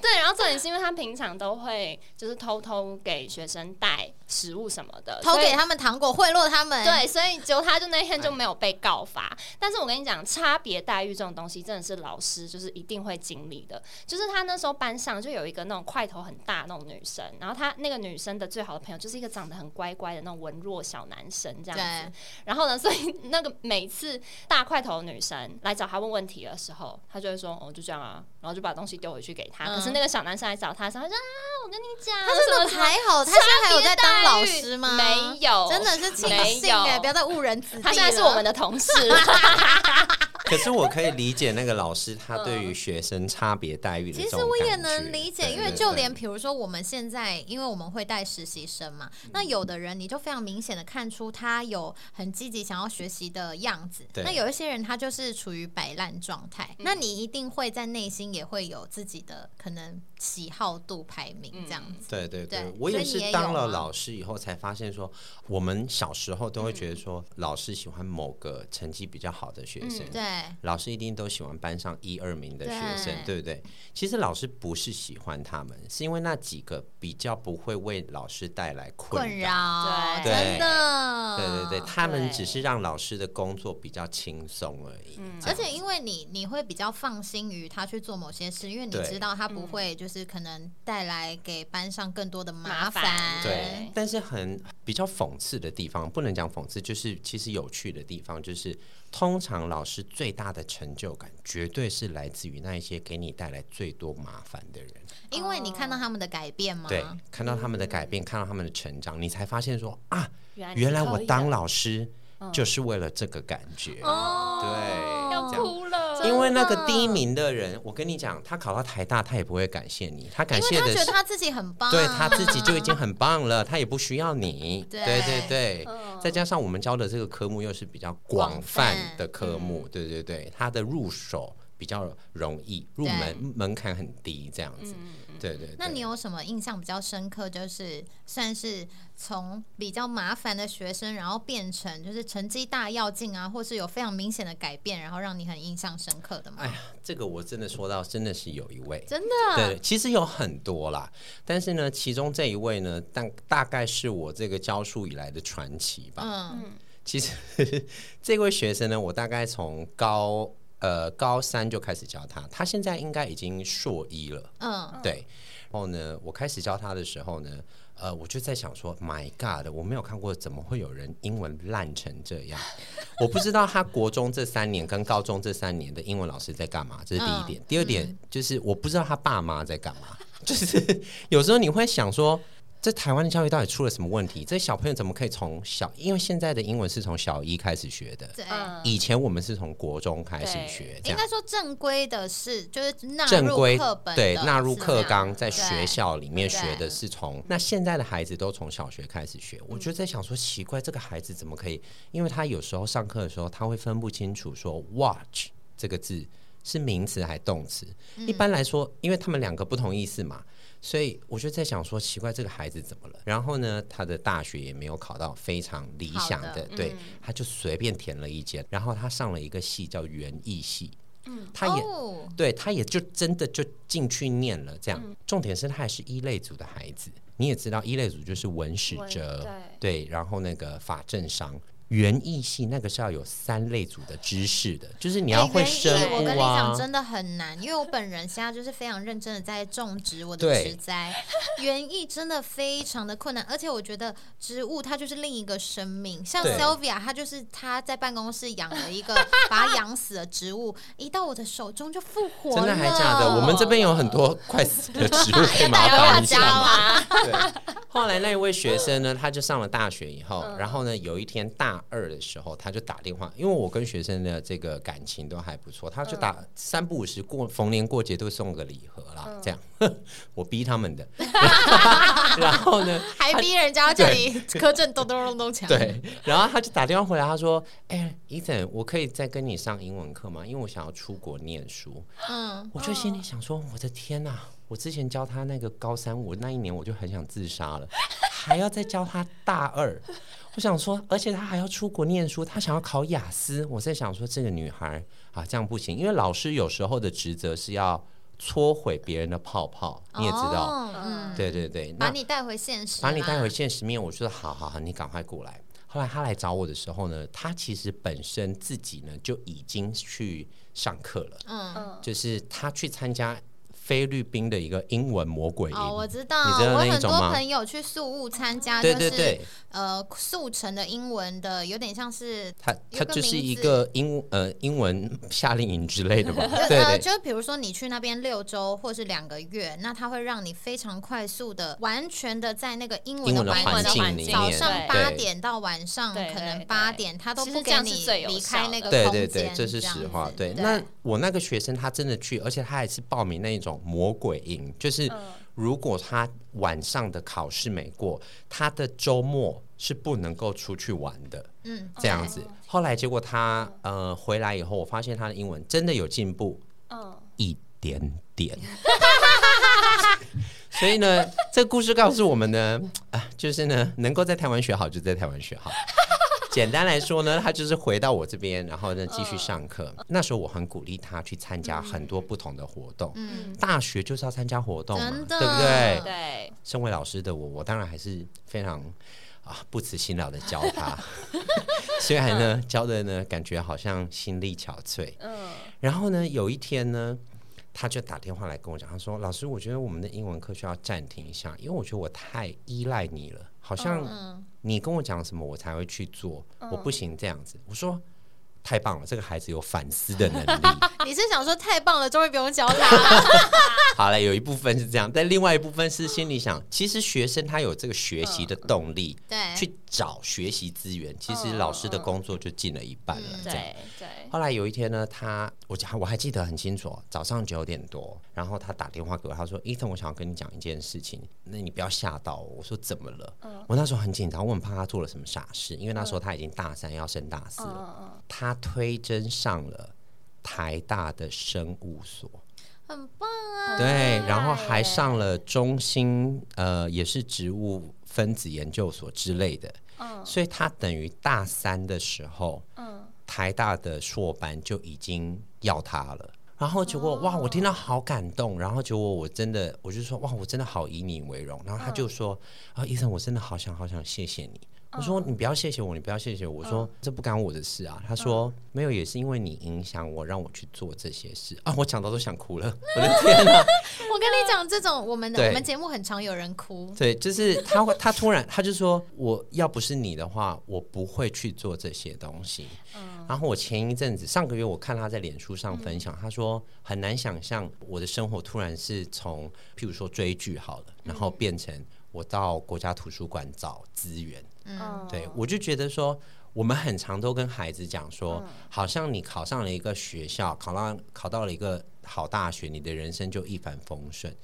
[SPEAKER 2] 对，然后重点是因为他平常都会就是偷偷给学生带食物什么的，
[SPEAKER 1] 投
[SPEAKER 2] 所以
[SPEAKER 1] 给他们糖果，贿赂他们。，
[SPEAKER 2] 对，所以就他就那天
[SPEAKER 1] 哎
[SPEAKER 2] 就没有被告发。但是我跟你讲，差别待遇这种东西真的是老师就是一定会经历的。就是他那时候班上就有一个那种块头很大的那种女生，然后她那个女生的最好的朋友就是一个长得很乖乖的那种文弱小男生这样子
[SPEAKER 1] 对。
[SPEAKER 2] 然后呢，所以那个每次大块头女生来找他问问题的时候，他就会说哦就这样啊，然后就把东西丢回去给他。可是
[SPEAKER 1] 嗯
[SPEAKER 2] 那个小男生来找他的时候，他说啊我跟你讲，
[SPEAKER 1] 他真的
[SPEAKER 2] 什么什么
[SPEAKER 1] 还好，他现在还有在当老
[SPEAKER 2] 差别待遇
[SPEAKER 1] 师吗？
[SPEAKER 2] 没有，
[SPEAKER 1] 真的是庆
[SPEAKER 2] 哦没
[SPEAKER 1] 幸哎、
[SPEAKER 2] 有
[SPEAKER 1] 不要再误人子弟了。
[SPEAKER 2] 他现在是我们的 同事，
[SPEAKER 3] 可是我可以理解那个老师他对于学生差别待遇的
[SPEAKER 1] 啊其
[SPEAKER 3] 这
[SPEAKER 1] 实
[SPEAKER 3] 种
[SPEAKER 1] 我也
[SPEAKER 3] 感觉
[SPEAKER 1] 能理解，
[SPEAKER 3] 对
[SPEAKER 1] 因为
[SPEAKER 3] 对
[SPEAKER 1] 就
[SPEAKER 3] 对
[SPEAKER 1] 连比如说我们现在，因为我们会带实习生嘛，
[SPEAKER 3] 嗯
[SPEAKER 1] 那有的人你就非常明显的看出他有很积极想要学习的样子，
[SPEAKER 3] 对
[SPEAKER 1] 那有一些人他就是处于摆烂状态，
[SPEAKER 2] 嗯
[SPEAKER 1] 那你一定会在内心也会有自己的可能喜好度排名这样子。
[SPEAKER 3] 对对对，
[SPEAKER 1] 对所
[SPEAKER 3] 我
[SPEAKER 1] 以
[SPEAKER 3] 也
[SPEAKER 1] 你
[SPEAKER 3] 是
[SPEAKER 1] 也
[SPEAKER 3] 当
[SPEAKER 1] 有啊
[SPEAKER 3] 了
[SPEAKER 1] 吗
[SPEAKER 3] 老师以后才发现说，我们小时候都会觉得说，老师喜欢某个成绩比较好的学
[SPEAKER 2] 嗯
[SPEAKER 3] 生，
[SPEAKER 1] 嗯对，
[SPEAKER 3] 老师一定都喜欢班上一二名的学生，对
[SPEAKER 1] 对
[SPEAKER 3] 不对？其实老师不是喜欢他们，是因为那几个比较不会为老师带来
[SPEAKER 1] 困
[SPEAKER 3] 困扰。
[SPEAKER 1] 扰，
[SPEAKER 3] 对
[SPEAKER 1] 真的，
[SPEAKER 3] 对对对，他们
[SPEAKER 2] 对
[SPEAKER 3] 只是让老师的工作比较轻松而已。
[SPEAKER 1] 而
[SPEAKER 3] 这样
[SPEAKER 1] 且因为你你会比较放心于他去做某些事，因为你
[SPEAKER 3] 对
[SPEAKER 1] 知道他不
[SPEAKER 3] 嗯
[SPEAKER 1] 会就是可能带来给班上更多的
[SPEAKER 2] 麻
[SPEAKER 1] 麻
[SPEAKER 2] 烦
[SPEAKER 1] 烦。
[SPEAKER 3] 对，但是很比较讽刺的地方，不能讲讽刺，就是其实有趣的地方，就是通常老师最大的成就感，绝对是来自于那一些给你带来最多麻烦的人。
[SPEAKER 1] 因为你看到他们的改变吗？
[SPEAKER 3] 对，看到他们的改变，看到他们的成长，你才发现说啊，
[SPEAKER 2] 原
[SPEAKER 3] 原来
[SPEAKER 2] 是
[SPEAKER 3] 我
[SPEAKER 2] 刻意的
[SPEAKER 3] 当老师啊就是为了这个感觉。
[SPEAKER 1] 啊哦
[SPEAKER 3] 对，
[SPEAKER 2] 要
[SPEAKER 3] 这样
[SPEAKER 2] 哭了，
[SPEAKER 3] 因为那个第一名的人，我跟你讲，他考到台大，他也不会感谢你，他感
[SPEAKER 1] 因
[SPEAKER 3] 谢
[SPEAKER 1] 为他
[SPEAKER 3] 的
[SPEAKER 1] 觉
[SPEAKER 3] 是
[SPEAKER 1] 得他自己很棒，啊
[SPEAKER 3] 对他自己就已经很棒了，他也不需要你。
[SPEAKER 1] 对
[SPEAKER 3] 对对对
[SPEAKER 2] 嗯
[SPEAKER 3] 再加上我们教的这个科目又是比较广泛的科
[SPEAKER 1] 嗯
[SPEAKER 3] 目，对对对，它的入手比较容易，入门门槛很低，这样子。对对对。
[SPEAKER 1] 嗯那你有什么印象比较深刻？就是算是从比较麻烦的学生，然后变成就是成绩大跃进啊，或是有非常明显的改变，然后让你很印象深刻的吗？
[SPEAKER 3] 哎呀，这个我真的说到，真的是有一位。
[SPEAKER 1] 真的，
[SPEAKER 3] 对，其实有很多啦，但是呢，其中这一位呢，大大概是我这个教书以来的传奇吧。
[SPEAKER 1] 嗯，
[SPEAKER 3] 其实这位学生呢，我大概从高呃高三就开始教他，他现在应该已经硕一了。
[SPEAKER 1] 嗯，
[SPEAKER 3] 对，然后呢，我开始教他的时候呢，呃，我就在想说，My God，我没有看过怎么会有人英文烂成这 样。我不知道他国中这三年跟高中这三年的英文老师在干嘛，这是第一
[SPEAKER 1] 嗯
[SPEAKER 3] 点。第二点就是我不知道他爸妈在干嘛， 就是有时候你会想说。这台湾的教育到底出了什么问题？这小朋友怎么可以从小？因为现在的英文是从小一开始学的，
[SPEAKER 1] 对。
[SPEAKER 2] 嗯，
[SPEAKER 3] 以前我们是从国中开始
[SPEAKER 2] 对
[SPEAKER 3] 学，这
[SPEAKER 1] 应
[SPEAKER 3] 样。
[SPEAKER 1] 该说正规的是，就是纳
[SPEAKER 3] 正
[SPEAKER 1] 入
[SPEAKER 3] 规
[SPEAKER 1] 课本的
[SPEAKER 3] 对纳入
[SPEAKER 1] 是
[SPEAKER 3] 课
[SPEAKER 1] 这样
[SPEAKER 3] 纲，在学校里面
[SPEAKER 1] 对
[SPEAKER 3] 学的是从那现在的孩子都从小学开始学，我
[SPEAKER 1] 嗯
[SPEAKER 3] 就在想说奇怪，这个孩子怎么可以？因为他有时候上课的时候他会分不清楚说 watch 这个字是名词还动词，
[SPEAKER 1] 嗯
[SPEAKER 3] 一般来说，因为他们两个不同意思嘛。所以我就在想说，奇怪，这个孩子怎么了？然后呢，他的大学也没有考到非常理
[SPEAKER 1] 好
[SPEAKER 3] 想
[SPEAKER 1] 的嗯
[SPEAKER 3] 的，对，他就随便填了一间，然后他上了一个系叫园艺系，嗯，他也
[SPEAKER 1] 哦
[SPEAKER 3] 对，他也就真的就进去念了。这样，
[SPEAKER 1] 嗯
[SPEAKER 3] 重点是他还是一类组的孩子。你也知道，一类组就是文史
[SPEAKER 2] 文
[SPEAKER 3] 哲，对然后那个法政商。园艺系那个是要有三类组的知识的，就是你
[SPEAKER 1] 哎
[SPEAKER 3] 要会
[SPEAKER 1] 园艺
[SPEAKER 3] 生
[SPEAKER 1] 我跟你
[SPEAKER 3] 物
[SPEAKER 1] 讲，
[SPEAKER 3] 啊。
[SPEAKER 1] 真的很难，因为我本人现在就是非常认真的在种植我的
[SPEAKER 3] 对
[SPEAKER 1] 植 栽，园艺真的非常的困难，而且我觉得植物它就是另一个生命，像
[SPEAKER 3] 对
[SPEAKER 1] Sylvia，她就是她在办公室养了一 个把它养死的植物，一到我的手中就复活了，
[SPEAKER 3] 真的还假的？我们这边有很多快死的植物，可以麻
[SPEAKER 2] 还要啊
[SPEAKER 3] 烦
[SPEAKER 2] 大
[SPEAKER 3] 一下
[SPEAKER 2] 家
[SPEAKER 3] 吗？
[SPEAKER 1] 啊
[SPEAKER 2] 吗？
[SPEAKER 3] 对，后来那一位学生呢，他就上了大学以后，然后呢，有一天大二的时候，他就打电话，因为我跟学生的这个感情都还不错，他就打三不五时过逢年过节都送个礼盒啦，这样我逼他们的。 然后呢，
[SPEAKER 1] 还逼人家叫 你柯震东咚咚咚锵，
[SPEAKER 3] 对，然后他就打电话回来，他说：“哎、伊森，我可以再跟你上英文课吗？因为我想要出国念书。”
[SPEAKER 1] 嗯，
[SPEAKER 3] 我就心里想说，我的天呐、我之前教他那个高三，我那一年我就很想自杀了，还要再教他大二。我想说，而且他还要出国念书，他想要考雅思。我在想说，这个女孩啊，这样不行，因为老师有时候的职责是要搓毁别人的泡泡，你也知道。
[SPEAKER 1] 哦嗯，
[SPEAKER 3] 对对对，
[SPEAKER 1] 把
[SPEAKER 3] 那
[SPEAKER 1] 你带回现实，
[SPEAKER 3] 把你带回。现实面，我说好好好，你赶快过来。后来他来找我的时候呢，他其实本身自己呢就已经去上课了。
[SPEAKER 1] 嗯，
[SPEAKER 2] 嗯，
[SPEAKER 3] 就是他去参加菲律宾的一个英文魔鬼营，
[SPEAKER 1] 哦，我知道，
[SPEAKER 3] 你知道
[SPEAKER 1] 我
[SPEAKER 3] 那一
[SPEAKER 1] 很
[SPEAKER 3] 种
[SPEAKER 1] 多
[SPEAKER 3] 吗
[SPEAKER 1] 朋友去宿务参加，就
[SPEAKER 3] 对
[SPEAKER 1] 是
[SPEAKER 3] 对对，
[SPEAKER 1] 呃速成的英文的，有点像是。
[SPEAKER 3] 他
[SPEAKER 1] 有
[SPEAKER 3] 他
[SPEAKER 1] 个
[SPEAKER 3] 就是
[SPEAKER 1] 名
[SPEAKER 3] 一
[SPEAKER 1] 字
[SPEAKER 3] 个英呃英文夏令营之类的 吧，对
[SPEAKER 1] 呃，
[SPEAKER 3] 对
[SPEAKER 1] 就比如说你去那边六周或是两个月，那它会让你非常快速的、完全的在那个英文
[SPEAKER 3] 英文
[SPEAKER 1] 的
[SPEAKER 3] 的
[SPEAKER 1] 环
[SPEAKER 3] 环
[SPEAKER 1] 境，
[SPEAKER 3] 境里
[SPEAKER 2] 境
[SPEAKER 1] 早
[SPEAKER 3] 面，
[SPEAKER 1] 上
[SPEAKER 2] 对
[SPEAKER 1] 八
[SPEAKER 3] 对
[SPEAKER 1] 点到晚上
[SPEAKER 2] 对
[SPEAKER 1] 可能
[SPEAKER 2] 对
[SPEAKER 1] 八
[SPEAKER 2] 对
[SPEAKER 1] 点，它都
[SPEAKER 2] 其
[SPEAKER 1] 不
[SPEAKER 2] 实这
[SPEAKER 1] 给
[SPEAKER 2] 样是
[SPEAKER 1] 你
[SPEAKER 2] 最有
[SPEAKER 1] 离
[SPEAKER 2] 效
[SPEAKER 1] 开
[SPEAKER 2] 的
[SPEAKER 1] 那个
[SPEAKER 3] 对
[SPEAKER 1] 空
[SPEAKER 3] 对
[SPEAKER 1] 间。
[SPEAKER 3] 对，这是
[SPEAKER 1] 样
[SPEAKER 3] 实
[SPEAKER 1] 子
[SPEAKER 3] 话。对，
[SPEAKER 1] 对
[SPEAKER 3] 那我那个学生他真的去，而且他还是报名那一种魔鬼营，就是
[SPEAKER 1] 嗯
[SPEAKER 3] 如果他晚上的考试没过，他的周末是不能够出去玩的。
[SPEAKER 1] 嗯，
[SPEAKER 3] 这样子，后来结果他呃回来以后，我发现他的英文真的有进步，
[SPEAKER 2] 嗯，
[SPEAKER 3] 一点点。 所以呢，这个故事告诉我们呢，啊，就是呢，能够在台湾学好就在台湾学好。简单来说呢，他就是回到我这边，然后呢继续上课。那时候我很鼓励他去参加很多不同的活动。
[SPEAKER 1] 嗯
[SPEAKER 3] 大学就是要参加活动嘛，
[SPEAKER 1] 真的
[SPEAKER 3] 对不对？
[SPEAKER 2] 对，
[SPEAKER 3] 身为老师的我，我当然还是非常啊不辞辛劳的教他， 虽然呢教的呢感觉好像心力憔悴，
[SPEAKER 2] 嗯，
[SPEAKER 3] 然后呢，有一天呢，他就打电话来跟我讲，他说：“老师，我觉得我们的英文课需要暂停一下，因为我觉得我太依赖你了，好
[SPEAKER 1] 嗯
[SPEAKER 3] 像你跟我讲什么我才会去做，我不行这样子。”我说：“太棒了，这个孩子有反思的能力。
[SPEAKER 1] 嗯 你是想说太棒了，终于不用教他了。
[SPEAKER 3] 好了，有一部分是这样，但另外一部分是心里想，其实学生他有这个学习的动力。
[SPEAKER 1] 对，
[SPEAKER 3] 去找学习资源，其实
[SPEAKER 2] 嗯
[SPEAKER 3] 老师的工作就尽了一半了。这样，
[SPEAKER 2] 对对，
[SPEAKER 3] 后来有一天呢，他我记我还记得很清楚哦，早上九点多，然后他打电话给我，他说：“伊藤，我想要跟你讲一件事情，那你不要吓到我。”我说：“怎么了？”
[SPEAKER 2] 嗯
[SPEAKER 3] 我那时候很紧张，我很怕他做了什么傻事，因为那时候他已经大三要升大四
[SPEAKER 2] 嗯
[SPEAKER 3] 了，
[SPEAKER 2] 嗯嗯，
[SPEAKER 3] 他推甄上了台大的生物所。
[SPEAKER 1] 很棒啊！
[SPEAKER 3] 对，然后
[SPEAKER 2] 耶
[SPEAKER 3] 还上了中心，呃，也是植物分子研究所之类的。
[SPEAKER 2] 嗯
[SPEAKER 3] 所以他等于大三的时候，
[SPEAKER 2] 嗯
[SPEAKER 3] 台大的硕班就已经要他了。然后结果、
[SPEAKER 2] 哦
[SPEAKER 3] 哇，我听到好感动。然后结果我真的，
[SPEAKER 2] 嗯
[SPEAKER 3] 我就说哇，我真的好以你为荣。然后他就说、啊，医生，我真的好想好想谢谢你。我说你不要谢谢我，你不要谢谢我。我
[SPEAKER 2] 嗯
[SPEAKER 3] 说这不干我的事啊。他说没有，也是因为你影响我，让我去做这些事啊。我讲到都想哭了，我的天哪！
[SPEAKER 1] 我跟你讲，这种我们的
[SPEAKER 3] 对
[SPEAKER 1] 我们节目很常有人哭，
[SPEAKER 3] 对，就是他会，他突然他就说，我要不是你的话，我不会去做这些东西。
[SPEAKER 2] 嗯
[SPEAKER 3] 然后我前一阵子上个月我看他在脸书上分享，他说很难想象我的生活突然是从譬如说追剧好了，然后
[SPEAKER 2] 嗯
[SPEAKER 3] 变成我到国家图书馆找资源。
[SPEAKER 1] 嗯，
[SPEAKER 3] 对，
[SPEAKER 2] 哦
[SPEAKER 3] 我就觉得说，我们很常都跟孩子讲说，
[SPEAKER 2] 嗯
[SPEAKER 3] 好像你考上了一个学校，考到考到了一个好大学，你的人生就一帆风顺。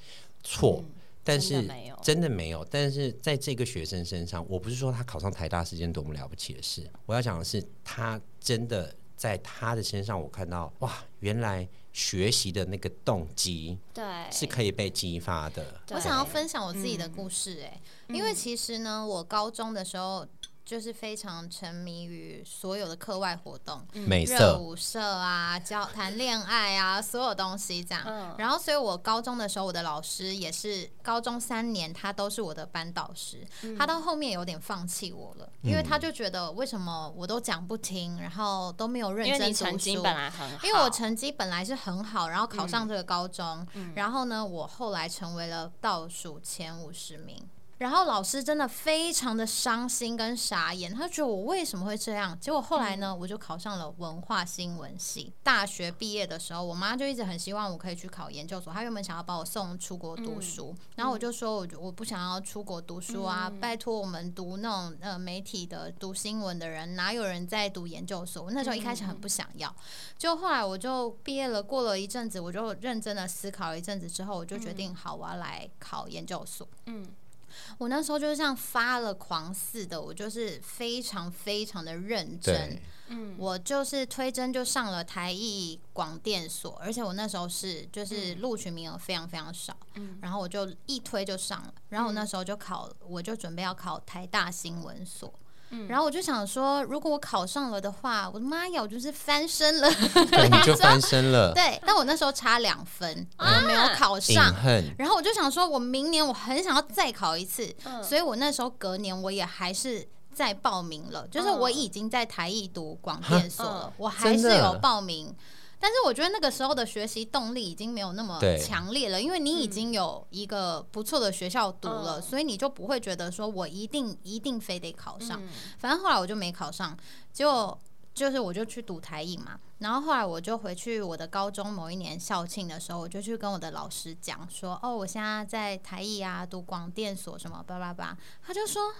[SPEAKER 3] 错，但
[SPEAKER 2] 嗯真的
[SPEAKER 3] 是
[SPEAKER 2] 没有
[SPEAKER 3] 真的没有。但是在这个学生身上，我不是说他考上台大是件多么了不起的事，我要讲的是，他真的在他的身上，我看到哇，原来学习的那个动机
[SPEAKER 2] 对，
[SPEAKER 3] 是可以被激发的。
[SPEAKER 2] 对
[SPEAKER 1] 我想要分享我自己的故事、哎、因为其实呢，我高中的时候就是非常沉迷于所有的课外活动，嗯
[SPEAKER 3] 美
[SPEAKER 1] 热
[SPEAKER 3] 色，
[SPEAKER 1] 舞社啊，教谈恋爱啊，所有东西这样。
[SPEAKER 2] 嗯
[SPEAKER 1] 然后，所以我高中的时候，我的老师也是高中三年，他都是我的班导师。
[SPEAKER 2] 嗯
[SPEAKER 1] 他到后面有点放弃我了，因为
[SPEAKER 3] 嗯
[SPEAKER 1] 他就觉得为什么我都讲不听，然后都没有认
[SPEAKER 2] 因为
[SPEAKER 1] 真
[SPEAKER 2] 你
[SPEAKER 1] 读书。
[SPEAKER 2] 成绩本来很好，
[SPEAKER 1] 因为我成绩本来是很好，然后考上这个高中，
[SPEAKER 2] 嗯
[SPEAKER 1] 然后呢，我后来成为了倒数前五十名。然后老师真的非常的伤心跟傻眼，他就觉得我为什么会这样？结果后来
[SPEAKER 2] 嗯
[SPEAKER 1] 呢，我就考上了文化新闻系。大学毕业的时候，我妈就一直很希望我可以去考研究所，她原本想要把我送出国读书，
[SPEAKER 2] 嗯
[SPEAKER 1] 然后我就说我就我不想要出国读书啊，拜托我们读那种呃媒体的、读新闻的人，哪有人在读研究所？我那时候一开始
[SPEAKER 2] 嗯
[SPEAKER 1] 很不想要，就后来我就毕业了，过了一阵子，我就认真的思考了一阵子之后，我就决定好，我要来考研究所。
[SPEAKER 2] 嗯，
[SPEAKER 1] 我那时候就是像发了狂似的，我就是非常非常的认真
[SPEAKER 3] 对，，
[SPEAKER 2] 嗯
[SPEAKER 1] 我就是推甄就上了台艺广电所，而且我那时候是就是录取名额非常非常少，
[SPEAKER 2] 嗯
[SPEAKER 1] 然后我就一推就上了，然后我那时候就考，我就准备要考台大新闻所。
[SPEAKER 2] 嗯
[SPEAKER 1] 然后我就想说，如果我考上了的话，我的妈呀，我就是翻身了。
[SPEAKER 3] 对，你就翻 身了，
[SPEAKER 1] 对，但我那时候差两分，我
[SPEAKER 2] 啊
[SPEAKER 1] 就没有考
[SPEAKER 3] 隐
[SPEAKER 1] 上。
[SPEAKER 3] 恨。
[SPEAKER 1] 然后我就想说，我明年我很想要再考一次，
[SPEAKER 2] 嗯
[SPEAKER 1] 所以我那时候隔年我也还是再报名了，就是我已经在台艺读广电所了，
[SPEAKER 2] 嗯
[SPEAKER 1] 我还是
[SPEAKER 3] 真的
[SPEAKER 1] 有报名。但是我觉得那个时候的学习动力已经没有那么
[SPEAKER 3] 对
[SPEAKER 1] 强烈了，因为你已经有一个不错的学校读了，
[SPEAKER 2] 嗯
[SPEAKER 1] 所以你就不会觉得说我一定一定非得考上。
[SPEAKER 2] 嗯
[SPEAKER 1] 反正后来我就没考上，结果就是我就去读台艺嘛，然后后来我就回去我的高中某一年校庆的时候，我就去跟我的老师讲说，哦，我现在在台艺啊，读广电所什么叭叭叭，他就说。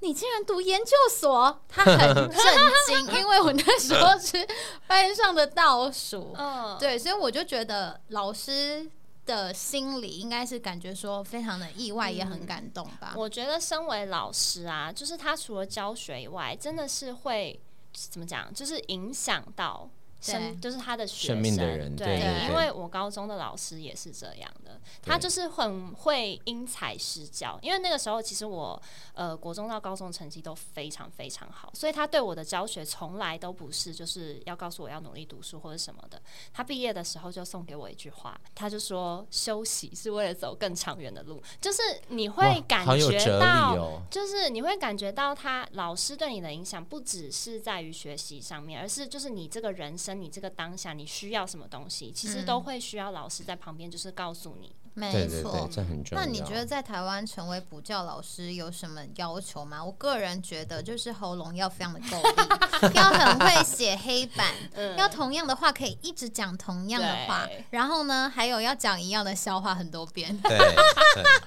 [SPEAKER 1] 你竟然读研究所，他很震惊，因为我那时候是班上的倒数，
[SPEAKER 2] 嗯，
[SPEAKER 1] 对，所以我就觉得老师的心里应该是感觉说非常的意外，也很感动吧。
[SPEAKER 2] 嗯我觉得身为老师啊，就是他除了教学以外，真的是会怎么讲，就是影响到生，就是他的学生
[SPEAKER 3] 生命的人
[SPEAKER 2] 对，
[SPEAKER 3] 对
[SPEAKER 1] 对对
[SPEAKER 2] 因为我高中的老师也是这样的，他就是很会因材施教。因为那个时候其实我呃国中到高中成绩都非常非常好，所以他对我的教学从来都不是就是要告诉我要努力读书或者什么的。他毕业的时候就送给我一句话，他就说：“休息是为了走更长远的路。”就是你
[SPEAKER 3] 哇
[SPEAKER 2] 会感
[SPEAKER 3] 好有
[SPEAKER 2] 觉
[SPEAKER 3] 哲
[SPEAKER 2] 到
[SPEAKER 3] 理哦，
[SPEAKER 2] 就是你会感觉到他老师对你的影响，不只是在于学习上面，而是就是你这个人生，你这个当下，你需要什么东西，其实
[SPEAKER 1] 嗯
[SPEAKER 2] 都会需要老师在旁边，就是告诉你。
[SPEAKER 1] 没
[SPEAKER 3] 对对
[SPEAKER 1] 错，
[SPEAKER 3] 对，这很重要。
[SPEAKER 1] 那你觉得在台湾成为补教老师有什么要求吗？我个人觉得就是喉咙要非常 的够力，要很会写黑板，
[SPEAKER 2] 嗯
[SPEAKER 1] 要同样的话可以一直讲同样的话
[SPEAKER 2] 对，
[SPEAKER 1] 然后呢，还有要讲一样的笑话很多遍。
[SPEAKER 3] 对，对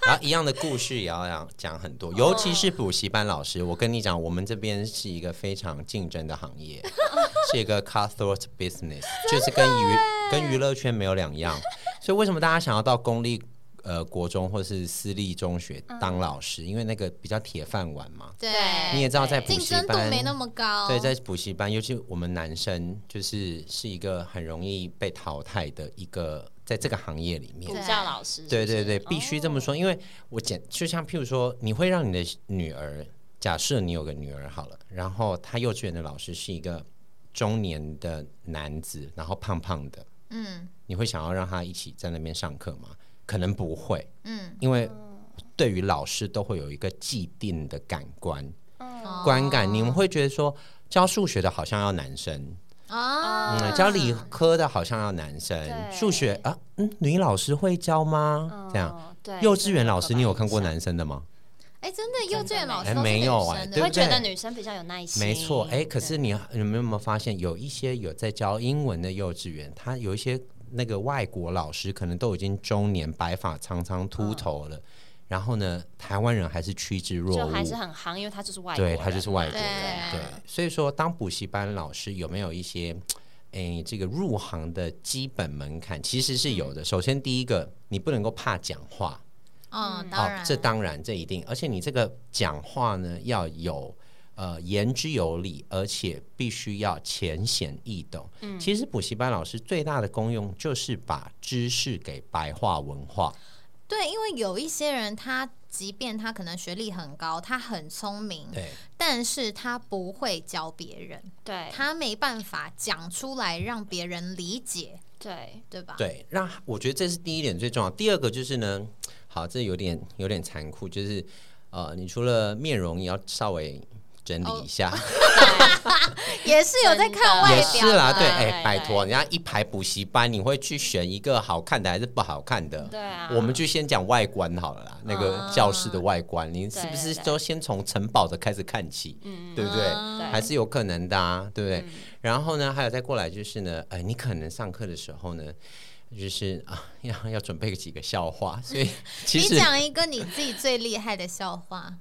[SPEAKER 3] 然后一样的故事也要讲讲很
[SPEAKER 1] 哦
[SPEAKER 3] 多，尤其是补习班老师。我跟你讲，我们这边是一个非常竞争的行业， 是一个 cutthroat business，就是跟娱跟娱乐圈没有两样。所以为什么大家想要到公立呃国中或是私立中学当老师？因为那个比较铁饭碗嘛。
[SPEAKER 1] 嗯对，
[SPEAKER 3] 你也知道在补
[SPEAKER 1] 竞
[SPEAKER 3] 习
[SPEAKER 1] 争度
[SPEAKER 3] 班
[SPEAKER 1] 没那么高。
[SPEAKER 3] 对，在补习班，尤其我们男生，就是是一个很容易被淘汰的一个，在这个行业里面
[SPEAKER 2] 补。教老师是不
[SPEAKER 3] 对
[SPEAKER 2] 是，
[SPEAKER 3] 对对，必须这么
[SPEAKER 2] 哦。
[SPEAKER 3] 说，因为我简就像譬如说，你会让你的女儿，假设你有个女儿好了，然后她幼稚园的老师是一个中年的男子，然后胖胖的，
[SPEAKER 1] 嗯
[SPEAKER 3] 你会想要让他一起在那边上课吗？可能不会，
[SPEAKER 1] 嗯，
[SPEAKER 3] 因为对于老师都会有一个既定的感官，
[SPEAKER 1] 哦
[SPEAKER 2] 哦
[SPEAKER 3] 观感，你们会觉得说教数学的好像要男生，
[SPEAKER 1] 啊，
[SPEAKER 3] 嗯，教理科的好像要男生，
[SPEAKER 2] 对
[SPEAKER 3] 数学啊，嗯，女老师会教吗？这样，
[SPEAKER 2] 嗯，对，
[SPEAKER 3] 幼稚园老师
[SPEAKER 2] 真的刻板
[SPEAKER 3] 你有看过
[SPEAKER 2] 印象？
[SPEAKER 3] 男生的吗？
[SPEAKER 1] 哎，真的幼稚园老师
[SPEAKER 3] 哎
[SPEAKER 1] 都是
[SPEAKER 3] 没
[SPEAKER 1] 女
[SPEAKER 3] 有哎
[SPEAKER 1] 生的
[SPEAKER 3] 对
[SPEAKER 2] 会
[SPEAKER 3] 不
[SPEAKER 2] 觉得
[SPEAKER 3] 对
[SPEAKER 2] 女生比较有耐心，
[SPEAKER 3] 没错，哎，可
[SPEAKER 2] 对
[SPEAKER 3] 是你你们有没有发现，有一些有在教英文的幼稚园，他有一些那个外国老师可能都已经中年，白发苍苍、
[SPEAKER 2] 嗯
[SPEAKER 3] 秃头了，然后呢，台湾人还是趋之若
[SPEAKER 2] 就
[SPEAKER 3] 鹜，
[SPEAKER 2] 还是很行，因为他就是外国
[SPEAKER 3] 对
[SPEAKER 2] 人，
[SPEAKER 3] 他就是外国人，
[SPEAKER 1] 对
[SPEAKER 3] 对，所以说当补习班老师有没有一些，诶、这个入行的基本门槛其实是有的。首先第一个，你不能够怕讲话，
[SPEAKER 1] 嗯，
[SPEAKER 3] 好，
[SPEAKER 1] 当然，
[SPEAKER 3] 这当然这一定，而且你这个讲话呢要有呃言之有理，而且必须要浅显易懂。其实补习班老师最大的功用就是把知识给白话文化，
[SPEAKER 1] 对，因为有一些人他。即便他可能学历很高，他很聪明，
[SPEAKER 3] 对。
[SPEAKER 1] 但是他不会教别人，
[SPEAKER 2] 对
[SPEAKER 1] 他没办法讲出来让别人理解，
[SPEAKER 2] 对
[SPEAKER 1] 对吧？
[SPEAKER 3] 对，让我觉得这是第一点最重要。第二个就是呢，好，这有点有点残酷，就是呃，你除了面容，也要稍微整理一下，
[SPEAKER 1] 也是有在看外
[SPEAKER 3] 也
[SPEAKER 1] 表
[SPEAKER 3] 是啦，对，
[SPEAKER 2] 对
[SPEAKER 3] 哎、
[SPEAKER 2] 对
[SPEAKER 3] 拜托，人家一排补习班，你会去选一个好看的还是不好看的？
[SPEAKER 2] 对啊，
[SPEAKER 3] 我们就先讲外观好了啦，那个
[SPEAKER 1] 啊
[SPEAKER 3] 教室的外观，你是不
[SPEAKER 2] 对
[SPEAKER 3] 是
[SPEAKER 2] 对对
[SPEAKER 3] 都先从城堡的开始看起，
[SPEAKER 2] 嗯
[SPEAKER 3] 对不对？
[SPEAKER 1] 嗯
[SPEAKER 2] 对
[SPEAKER 3] 还是有可能的、啊，对不对？然后呢，还有再过来就是呢，呃，你可能上课的时候呢，就是啊，要要准备几个笑话，所 以其
[SPEAKER 1] 你
[SPEAKER 3] 实
[SPEAKER 1] 讲一个你自己最厉害的笑 话，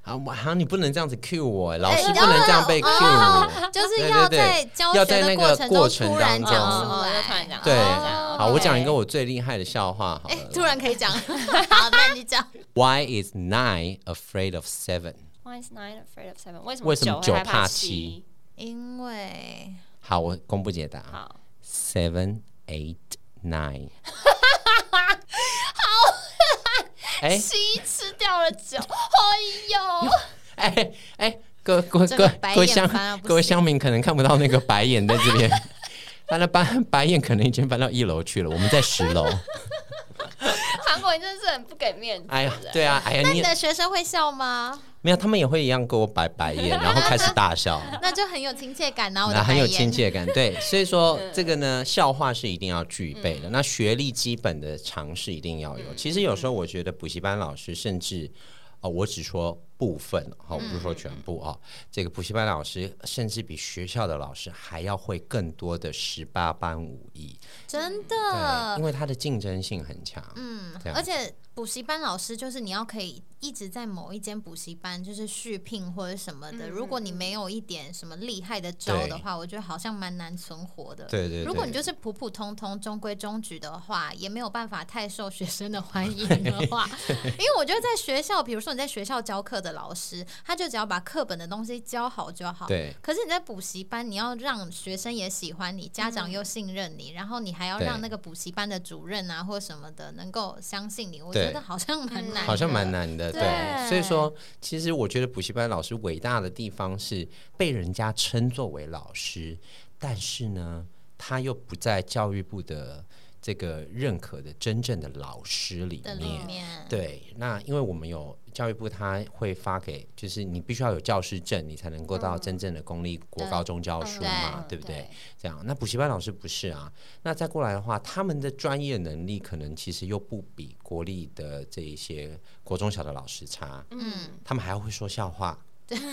[SPEAKER 3] 啊，我好像你不能这样子 cue 我，老师
[SPEAKER 1] 哎你啊哦
[SPEAKER 3] 不
[SPEAKER 1] 要
[SPEAKER 3] 能这样被 cue 我。
[SPEAKER 1] 就是
[SPEAKER 3] 对
[SPEAKER 1] 要
[SPEAKER 3] 对
[SPEAKER 1] 在
[SPEAKER 3] 对
[SPEAKER 1] 教
[SPEAKER 3] 要
[SPEAKER 1] 学
[SPEAKER 3] 在
[SPEAKER 1] 的
[SPEAKER 3] 那
[SPEAKER 1] 过
[SPEAKER 3] 个
[SPEAKER 1] 程
[SPEAKER 3] 过
[SPEAKER 1] 中
[SPEAKER 3] 程
[SPEAKER 1] 突然
[SPEAKER 3] 当
[SPEAKER 1] 讲
[SPEAKER 3] 中
[SPEAKER 1] 出
[SPEAKER 2] 哦
[SPEAKER 1] 来，
[SPEAKER 2] 就突然讲
[SPEAKER 3] 对，
[SPEAKER 1] 哦
[SPEAKER 3] 好，我讲一个
[SPEAKER 1] OK
[SPEAKER 3] 我最厉害的笑话好
[SPEAKER 1] 哎，
[SPEAKER 3] 了。
[SPEAKER 1] 突然可以讲，好，那你讲，
[SPEAKER 3] Why is nine afraid of seven？
[SPEAKER 2] Why is nine afraid of seven？为什
[SPEAKER 3] 为什么
[SPEAKER 2] 么
[SPEAKER 3] 九
[SPEAKER 2] 会害
[SPEAKER 3] 怕
[SPEAKER 2] 怕
[SPEAKER 3] 七？
[SPEAKER 1] 因为
[SPEAKER 3] 好，我公布解答啊
[SPEAKER 2] 好，
[SPEAKER 3] ：seven, eight, nine。好，哎
[SPEAKER 2] 七吃掉了九，哎呦，
[SPEAKER 3] 哎哎，各各
[SPEAKER 1] 这
[SPEAKER 3] 各
[SPEAKER 1] 个白
[SPEAKER 3] 各位
[SPEAKER 1] 眼
[SPEAKER 3] 乡
[SPEAKER 1] 翻到啊不
[SPEAKER 3] 各位
[SPEAKER 1] 行
[SPEAKER 3] 乡民可能看不到那个白眼在这边， 翻了翻白眼可能已经翻到一楼去了，我们在十楼。
[SPEAKER 2] 韩国人真的是很不给面子。
[SPEAKER 3] 哎呀，对啊，哎呀，
[SPEAKER 1] 那
[SPEAKER 3] 你
[SPEAKER 1] 你
[SPEAKER 3] 也
[SPEAKER 1] 的学生会笑 吗？
[SPEAKER 3] 没有，他们也会一样给我摆白眼，然后开始大笑。
[SPEAKER 1] 那就很有亲切感嗯呐、啊，我
[SPEAKER 3] 那
[SPEAKER 1] 的
[SPEAKER 3] 很有
[SPEAKER 1] 白眼
[SPEAKER 3] 亲切感， 对，所以说这个呢，笑话是一定要具备的。那学历基本的常识一定要
[SPEAKER 1] 嗯
[SPEAKER 3] 有。其实有时候我觉得补习班老师，甚至哦，我只说部分哈，我不是
[SPEAKER 1] 嗯
[SPEAKER 3] 说全部啊。这个补习班老师甚至比学校的老师还要会更多的十八般武艺，
[SPEAKER 1] 真
[SPEAKER 3] 对，
[SPEAKER 1] 的
[SPEAKER 3] 因，为他的竞争性很强。
[SPEAKER 1] 嗯
[SPEAKER 3] 这，样
[SPEAKER 1] 而且补习班老师就是你要可以一直在某一间补习班就是续聘或者什么的，
[SPEAKER 2] 嗯
[SPEAKER 1] 如果你没有一点什么厉害的招的
[SPEAKER 3] 对
[SPEAKER 1] 话，我觉得好像蛮难存活的。
[SPEAKER 3] 对对对，
[SPEAKER 1] 如果你就是普普通通、中规中矩的话，也没有办法太受学生的欢迎的 话，因为我觉得在学校，比如说你在学校教课的老师，他就只要把课本的东西教好就好。
[SPEAKER 3] 对
[SPEAKER 1] 可是你在补习班，你要让学生也喜欢你，家
[SPEAKER 3] 嗯
[SPEAKER 1] 长又信任你，然后你还要
[SPEAKER 3] 对
[SPEAKER 1] 让那个补习班的主任啊或什么的能够相信你，我
[SPEAKER 3] 对嗯
[SPEAKER 1] 觉得好像蛮难的，
[SPEAKER 3] 好像蛮难的，
[SPEAKER 1] 对
[SPEAKER 3] 对。所以说，其实我觉得补习班老师伟大的地方是被人家称作为老师，但是呢，他又不在教育部的这个认可的真正的老师里
[SPEAKER 1] 的里
[SPEAKER 3] 面。
[SPEAKER 1] 面。
[SPEAKER 3] 对，那因为我们有教育部，他会发给，就是你必须要有教师证，你才能够到真正的公立国高中教书嘛，嗯对不对？这样，那补习班老师不是啊？那再过来的话，他们的专业能力可能其实又不比国立的这一些国中小的老师差，
[SPEAKER 2] 嗯，
[SPEAKER 3] 他们还会说笑话，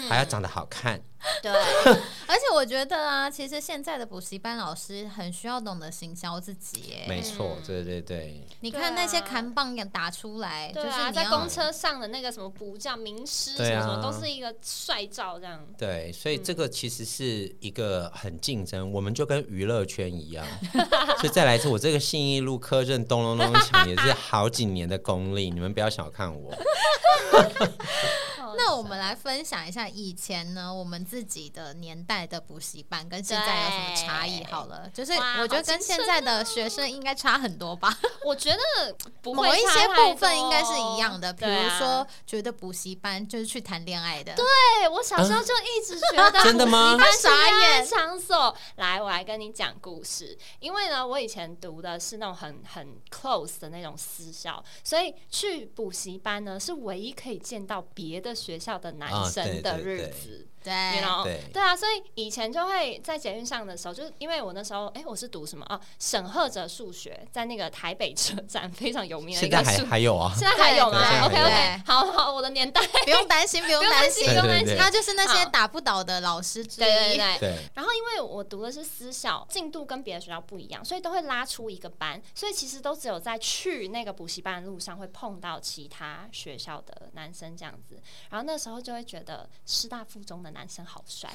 [SPEAKER 3] 还要长得好看，
[SPEAKER 2] 对，
[SPEAKER 1] 而且我觉得啊，其实现在的补习班老师很需要懂得行销自己耶。
[SPEAKER 3] 没错，对对对，
[SPEAKER 1] 你
[SPEAKER 2] 对
[SPEAKER 1] 看那些
[SPEAKER 2] 啊
[SPEAKER 1] 砍棒也打出来，
[SPEAKER 2] 对
[SPEAKER 1] 就是
[SPEAKER 2] 啊，
[SPEAKER 1] 你
[SPEAKER 2] 在
[SPEAKER 1] 要
[SPEAKER 2] 公车上的那个什么补教名师什
[SPEAKER 3] 对
[SPEAKER 2] 么
[SPEAKER 3] 啊
[SPEAKER 2] 什么，都是一个帅照这样。
[SPEAKER 3] 对，所以这个其实是一个很竞争，我们就跟娱乐圈一样。 所以再来一次，我这个信义路柯震东隆隆锵也是好几年的功力，你们不要小看我。
[SPEAKER 2] 哦
[SPEAKER 1] 那我们
[SPEAKER 2] 啊
[SPEAKER 1] 来分享一下以前呢，我们自己的年代的补习班跟现在有什么差异？好了，就是
[SPEAKER 2] 哇
[SPEAKER 1] 我觉
[SPEAKER 2] 好
[SPEAKER 1] 得跟
[SPEAKER 2] 青
[SPEAKER 1] 现
[SPEAKER 2] 春
[SPEAKER 1] 在的学生应该差很多吧，
[SPEAKER 2] 我觉得不
[SPEAKER 1] 某
[SPEAKER 2] 会
[SPEAKER 1] 一
[SPEAKER 2] 差
[SPEAKER 1] 些
[SPEAKER 2] 太
[SPEAKER 1] 部分
[SPEAKER 2] 多
[SPEAKER 1] 应该是一样的，比
[SPEAKER 2] 对
[SPEAKER 1] 如
[SPEAKER 2] 啊
[SPEAKER 1] 说觉得补习班就是去谈恋爱的，对，
[SPEAKER 2] 对我小时候就一直觉得
[SPEAKER 3] 嗯真的吗
[SPEAKER 2] 补习班
[SPEAKER 1] 傻
[SPEAKER 2] 是
[SPEAKER 1] 眼
[SPEAKER 2] 恋爱场所。来，我来跟你讲故事。因为呢，我以前读的是那种很很 close 的那种私校，所以去补习班呢是唯一可以见到别的学校的男
[SPEAKER 3] 啊对
[SPEAKER 2] 生的
[SPEAKER 3] 对
[SPEAKER 2] 日
[SPEAKER 3] 对
[SPEAKER 2] 子。
[SPEAKER 1] 对，
[SPEAKER 2] you know，
[SPEAKER 3] 对
[SPEAKER 2] 对啊，所以以前就会在捷运上的时候，就是因为我那时候，哎、我是读什么哦，沈赫哲数学，在那个台北车站非常有名的一
[SPEAKER 3] 现在
[SPEAKER 2] 个
[SPEAKER 3] 还
[SPEAKER 2] 数，
[SPEAKER 3] 还有啊，
[SPEAKER 2] 现在还有吗
[SPEAKER 3] 对对
[SPEAKER 2] ？OK
[SPEAKER 3] 对
[SPEAKER 2] OK，好好，我的年代，
[SPEAKER 1] 不用担 心，不用
[SPEAKER 2] 不用
[SPEAKER 1] 担
[SPEAKER 2] 担
[SPEAKER 1] 心
[SPEAKER 2] 心，
[SPEAKER 3] 对
[SPEAKER 2] 不用
[SPEAKER 3] 对
[SPEAKER 2] 担
[SPEAKER 3] 对
[SPEAKER 2] 心，啊
[SPEAKER 1] 他就是那些
[SPEAKER 2] 好
[SPEAKER 1] 打不倒的老师之一。
[SPEAKER 2] 对对对。
[SPEAKER 3] 对，
[SPEAKER 2] 然后因为我读的是私校，进度跟别的学校不一样，所以都会拉出一个班，所以其实都只有在去那个补习班的路上会碰到其他学校的男生这样子。然后那时候就会觉得师大附中的男生好帅，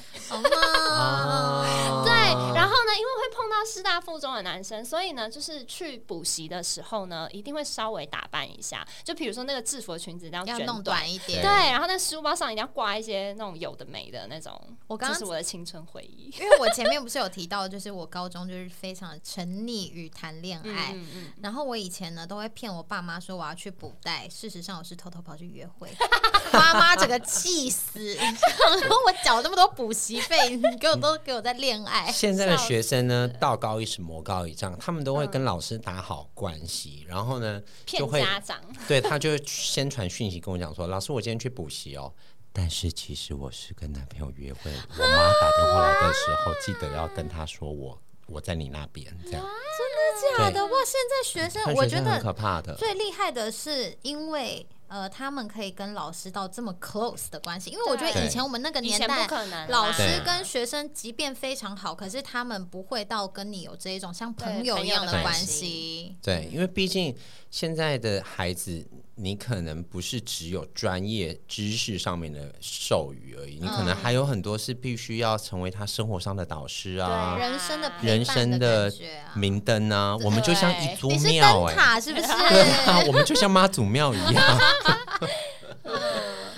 [SPEAKER 3] 啊
[SPEAKER 1] 哦，
[SPEAKER 2] 对。然后呢，因为会碰到师大附中的男生，所以呢，就是去补习的时候呢，一定会稍微打扮一下，就比如说那个制服的裙子一定
[SPEAKER 1] 要
[SPEAKER 2] 卷
[SPEAKER 1] 弄短一
[SPEAKER 2] 对，
[SPEAKER 1] 点。
[SPEAKER 2] 然后那书包上一定要挂一些那种有的没的那种，
[SPEAKER 1] 我刚
[SPEAKER 2] 这
[SPEAKER 1] 刚
[SPEAKER 2] 是我的青春回忆。
[SPEAKER 1] 因为我前面不是有提到，就是我高中就是非常沉溺于谈恋爱，
[SPEAKER 2] 嗯嗯
[SPEAKER 1] 然后我以前呢都会骗我爸妈说我要去补带，事实上我是偷偷跑去约会， 妈妈整个气死，然后我缴那么多补习费，你给我都给我在恋
[SPEAKER 2] 嗯
[SPEAKER 1] 爱，
[SPEAKER 3] 现在的学生呢，道高一尺，魔高一丈，他们都
[SPEAKER 1] 嗯
[SPEAKER 3] 会跟老师打好关系，然后呢，就
[SPEAKER 2] 骗
[SPEAKER 3] 会
[SPEAKER 2] 家长，
[SPEAKER 3] 对他就会先传讯息跟我讲说，老师，我今天去补习哦。但是其实我是跟男朋友约会，我妈打电话来的时候，记得要跟她说我我在你那边这样。
[SPEAKER 1] 假的哇！现在学生，
[SPEAKER 3] 他们
[SPEAKER 1] 啊我
[SPEAKER 3] 学
[SPEAKER 1] 觉
[SPEAKER 3] 生很
[SPEAKER 1] 得
[SPEAKER 3] 可怕的。
[SPEAKER 1] 最厉害的是因为。呃，他们可以跟老师到这么 close 的关系，因为我觉得
[SPEAKER 3] 对
[SPEAKER 1] 以前我们那个
[SPEAKER 2] 以
[SPEAKER 1] 年
[SPEAKER 2] 前不
[SPEAKER 1] 代，
[SPEAKER 2] 可能啦，
[SPEAKER 1] 老师
[SPEAKER 3] 对
[SPEAKER 1] 跟学生即便非常好，可是他们不会到跟你有这一种像朋
[SPEAKER 2] 对
[SPEAKER 1] 友
[SPEAKER 2] 朋
[SPEAKER 1] 一
[SPEAKER 2] 友
[SPEAKER 1] 样
[SPEAKER 2] 的
[SPEAKER 1] 的关
[SPEAKER 2] 关
[SPEAKER 1] 系。
[SPEAKER 3] 对，因为毕竟现在的孩子，你可能不是只有专业知识上面的授予而已，你可
[SPEAKER 1] 嗯
[SPEAKER 3] 能还有很多是必须要成为他生活上的导师啊
[SPEAKER 2] 对、
[SPEAKER 1] 人生的陪
[SPEAKER 3] 人
[SPEAKER 1] 伴
[SPEAKER 3] 生
[SPEAKER 1] 的
[SPEAKER 3] 的
[SPEAKER 1] 感觉啊，
[SPEAKER 3] 明灯啊，我们就像一株
[SPEAKER 1] 你是
[SPEAKER 3] 庙
[SPEAKER 1] 灯
[SPEAKER 3] 哎、
[SPEAKER 1] 塔是不是？
[SPEAKER 3] 对啊，我们就像妈祖庙一样。
[SPEAKER 2] 嗯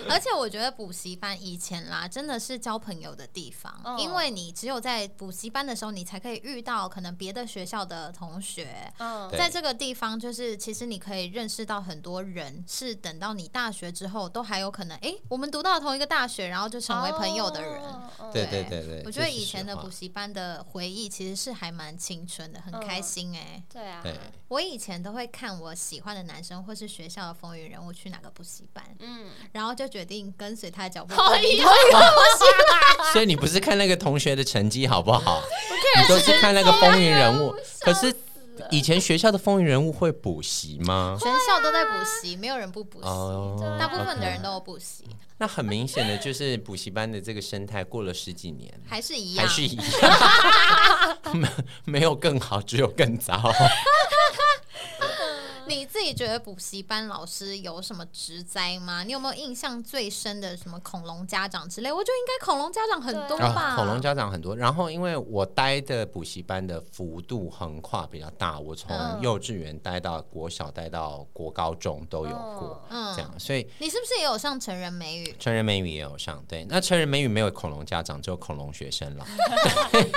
[SPEAKER 1] 而且我觉得补习班以前啦，真的是交朋友的地方，
[SPEAKER 2] 哦
[SPEAKER 1] 因为你只有在补习班的时候，你才可以遇到可能别的学校的同学。
[SPEAKER 2] 嗯，
[SPEAKER 3] 对
[SPEAKER 1] 在这个地方，就是其实你可以认识到很多人，是等到你大学之后，都还有可能，诶，我们读到同一个大学，然后就成为朋友的人。
[SPEAKER 2] 哦，哦
[SPEAKER 3] 对对对对，
[SPEAKER 1] 我觉
[SPEAKER 3] 这
[SPEAKER 1] 得
[SPEAKER 3] 是
[SPEAKER 1] 以前
[SPEAKER 3] 实
[SPEAKER 1] 的
[SPEAKER 3] 话
[SPEAKER 1] 补习班的回忆其实是还蛮青春的，
[SPEAKER 2] 嗯
[SPEAKER 1] 很开心哎、
[SPEAKER 2] 对啊，
[SPEAKER 3] 对
[SPEAKER 1] 我以前都会看我喜欢的男生或是学校的风云人物去哪个补习班，
[SPEAKER 2] 嗯，
[SPEAKER 1] 然后就决定跟随他的脚步。
[SPEAKER 2] 好一样，
[SPEAKER 3] 所以你不是看那个同学的成绩好 不好？你都是看那个风云人物。可是以前学校的风云人物会补习吗？
[SPEAKER 1] 全校都在补习，没有人不补习，
[SPEAKER 3] 哦
[SPEAKER 1] 大部分的人都有补习，
[SPEAKER 3] 那很明显的就是补习班的这个生态过了十几年，
[SPEAKER 1] 还是一
[SPEAKER 3] 还
[SPEAKER 1] 样。
[SPEAKER 3] 是一样，没没有更好，只有更糟。
[SPEAKER 1] 你自己觉得补习班老师有什么职灾吗？你有没有印象最深的什么恐龙家长之类？我觉得应该恐龙家长很多
[SPEAKER 2] 对啊
[SPEAKER 1] 吧。
[SPEAKER 3] 恐龙家长很多，然后因为我待的补习班的幅度横跨比较大，我从
[SPEAKER 2] 嗯
[SPEAKER 3] 幼稚园待到国小，待到国高中都有过，
[SPEAKER 2] 哦
[SPEAKER 1] 嗯
[SPEAKER 3] 这样，所以
[SPEAKER 1] 你是不是也有上成人美语？
[SPEAKER 3] 成人美语也有上，对，那成人美语没有恐龙家长，只有恐龙学生了。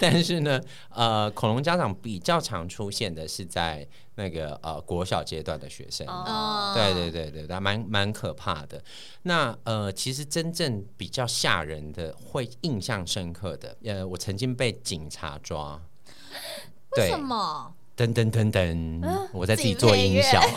[SPEAKER 3] 但是呢，呃，恐龙家长比较常出现的是在那个呃国小阶段的学生，
[SPEAKER 2] 哦
[SPEAKER 1] 嗯，
[SPEAKER 3] 对对对对，还蛮蛮可怕的。那呃，其实真正比较吓人的，会印象深刻的，呃，我曾经被警察抓。
[SPEAKER 1] 为
[SPEAKER 3] 对
[SPEAKER 1] 什，么？
[SPEAKER 3] 噔噔噔噔，我嗯在自己做音效。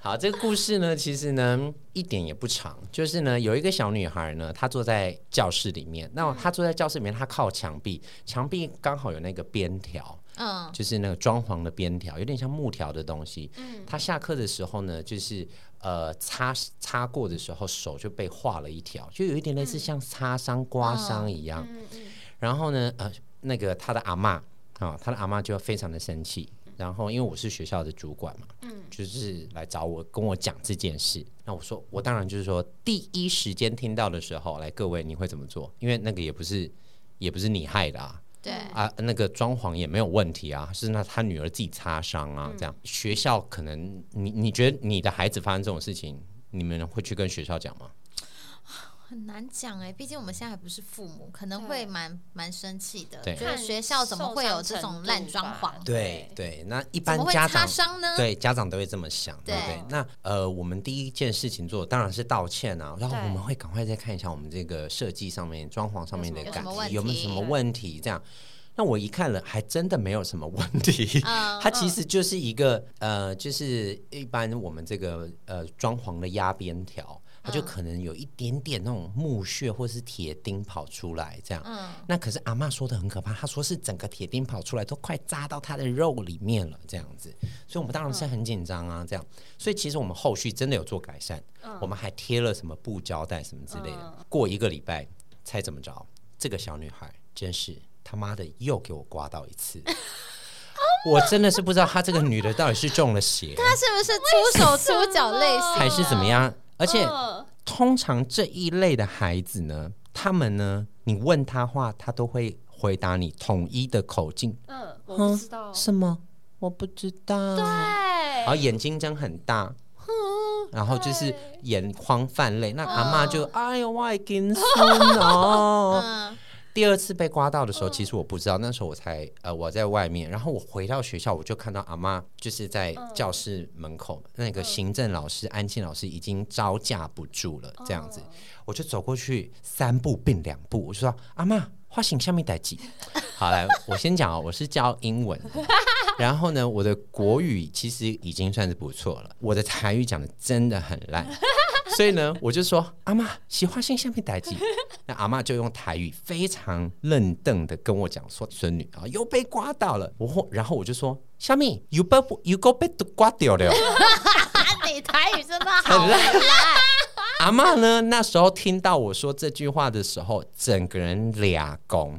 [SPEAKER 3] 好，这个故事呢，其实呢一点也不长，就是呢有一个小女孩呢，她坐在教室里面，那她坐在教室里面，她靠墙壁，墙壁刚好有那个边条，
[SPEAKER 1] 嗯，
[SPEAKER 3] 就是那个装潢的边条，有点像木条的东西。嗯，她下课的时候呢，就是呃擦擦过的时候，手就被划了一条，就有一点类似像擦伤、刮伤一样。
[SPEAKER 2] 嗯嗯，
[SPEAKER 3] 然后呢，呃，那个他的阿嬷啊、他的阿嬷就非常的生气。然后因为我是学校的主管嘛，嗯，就是来找我跟我讲这件事。那我说，我当然就是说，第一时间听到的时候，来各位你会怎么做？因为那个也不是，也不是你害的啊。
[SPEAKER 1] 对，
[SPEAKER 3] 啊，那个装潢也没有问题啊，是那他女儿自己擦伤
[SPEAKER 1] 嗯
[SPEAKER 3] 啊，这样学校可能你你觉得你的孩子发生这种事情，你们会去跟学校讲吗？
[SPEAKER 1] 很难讲哎、毕竟我们现在还不是父母，可能会
[SPEAKER 2] 对
[SPEAKER 1] 蛮蛮生气的。
[SPEAKER 3] 对
[SPEAKER 1] 觉得学校怎么会有这种烂装潢？
[SPEAKER 2] 看受伤程度吧
[SPEAKER 3] 对对，那一
[SPEAKER 1] 怎
[SPEAKER 3] 般
[SPEAKER 1] 么会
[SPEAKER 3] 家
[SPEAKER 1] 擦
[SPEAKER 3] 长
[SPEAKER 1] 伤呢？
[SPEAKER 3] 对，家长都会这么想，对不
[SPEAKER 1] 对
[SPEAKER 3] 对？那呃，我们第一件事情做当然是道歉啊，然后
[SPEAKER 2] 对
[SPEAKER 3] 我们会赶快再看一下我们这个设计上面、装潢上面的
[SPEAKER 2] 有
[SPEAKER 3] 感
[SPEAKER 2] 什么
[SPEAKER 1] 问题
[SPEAKER 3] 有没有什么
[SPEAKER 2] 对
[SPEAKER 3] 问题，这样。那我一看了，还真的没有什么问题。
[SPEAKER 1] 嗯
[SPEAKER 3] 它其实就是一个呃，就是一般我们这个呃装潢的压边条，它就可能有一点点那种木屑或是铁钉跑出来这样。那可是阿嬷说的很可怕，她说是整个铁钉跑出来都快扎到她的肉里面了这样子，所以我们当然是很紧张啊这样。所以其实我们后续真的有做改善，啊我们还贴了什么布胶带什么之类的。过一个礼拜，猜怎么着？这个小女孩真是他妈的又给我刮到一次。我真的是不知道她这个女的到底是中了邪，
[SPEAKER 1] 他是不是出手出脚类型？
[SPEAKER 3] 还是怎么样？而且
[SPEAKER 2] 嗯
[SPEAKER 3] 通常这一类的孩子呢，他们呢，你问他话，他都会回答你统一的口径。
[SPEAKER 2] 嗯，我不知道。
[SPEAKER 3] 什么？我不知道。然后眼睛睁很大，然后就是眼眶泛泪。那阿妈就、哎呦，我已经孙哦。
[SPEAKER 1] 嗯，
[SPEAKER 3] 第二次被刮到的时候，其实我不知道，那时候我才呃我在外面，然后我回到学校，我就看到阿妈就是在教室门口，那个行政老师、安庆老师已经招架不住了，这样子，我就走过去三步并两步，我就说阿妈，花型下面逮几？ 好来，我先讲哦，我是教英文的，然后呢，我的国语其实已经算是不错了，我的台语讲的真的很烂。所以呢，我就说阿妈，喜欢性下面逮起。那阿妈就用台语非常愣瞪的跟我讲说：“孙女啊，又被刮到了。”我后然后我就说：“小米，you 被 you go 被刮掉了。
[SPEAKER 1] 啊你台语真的 好
[SPEAKER 3] 很烂。阿妈呢，那时候听到我说这句话的时候，整个人俩拱。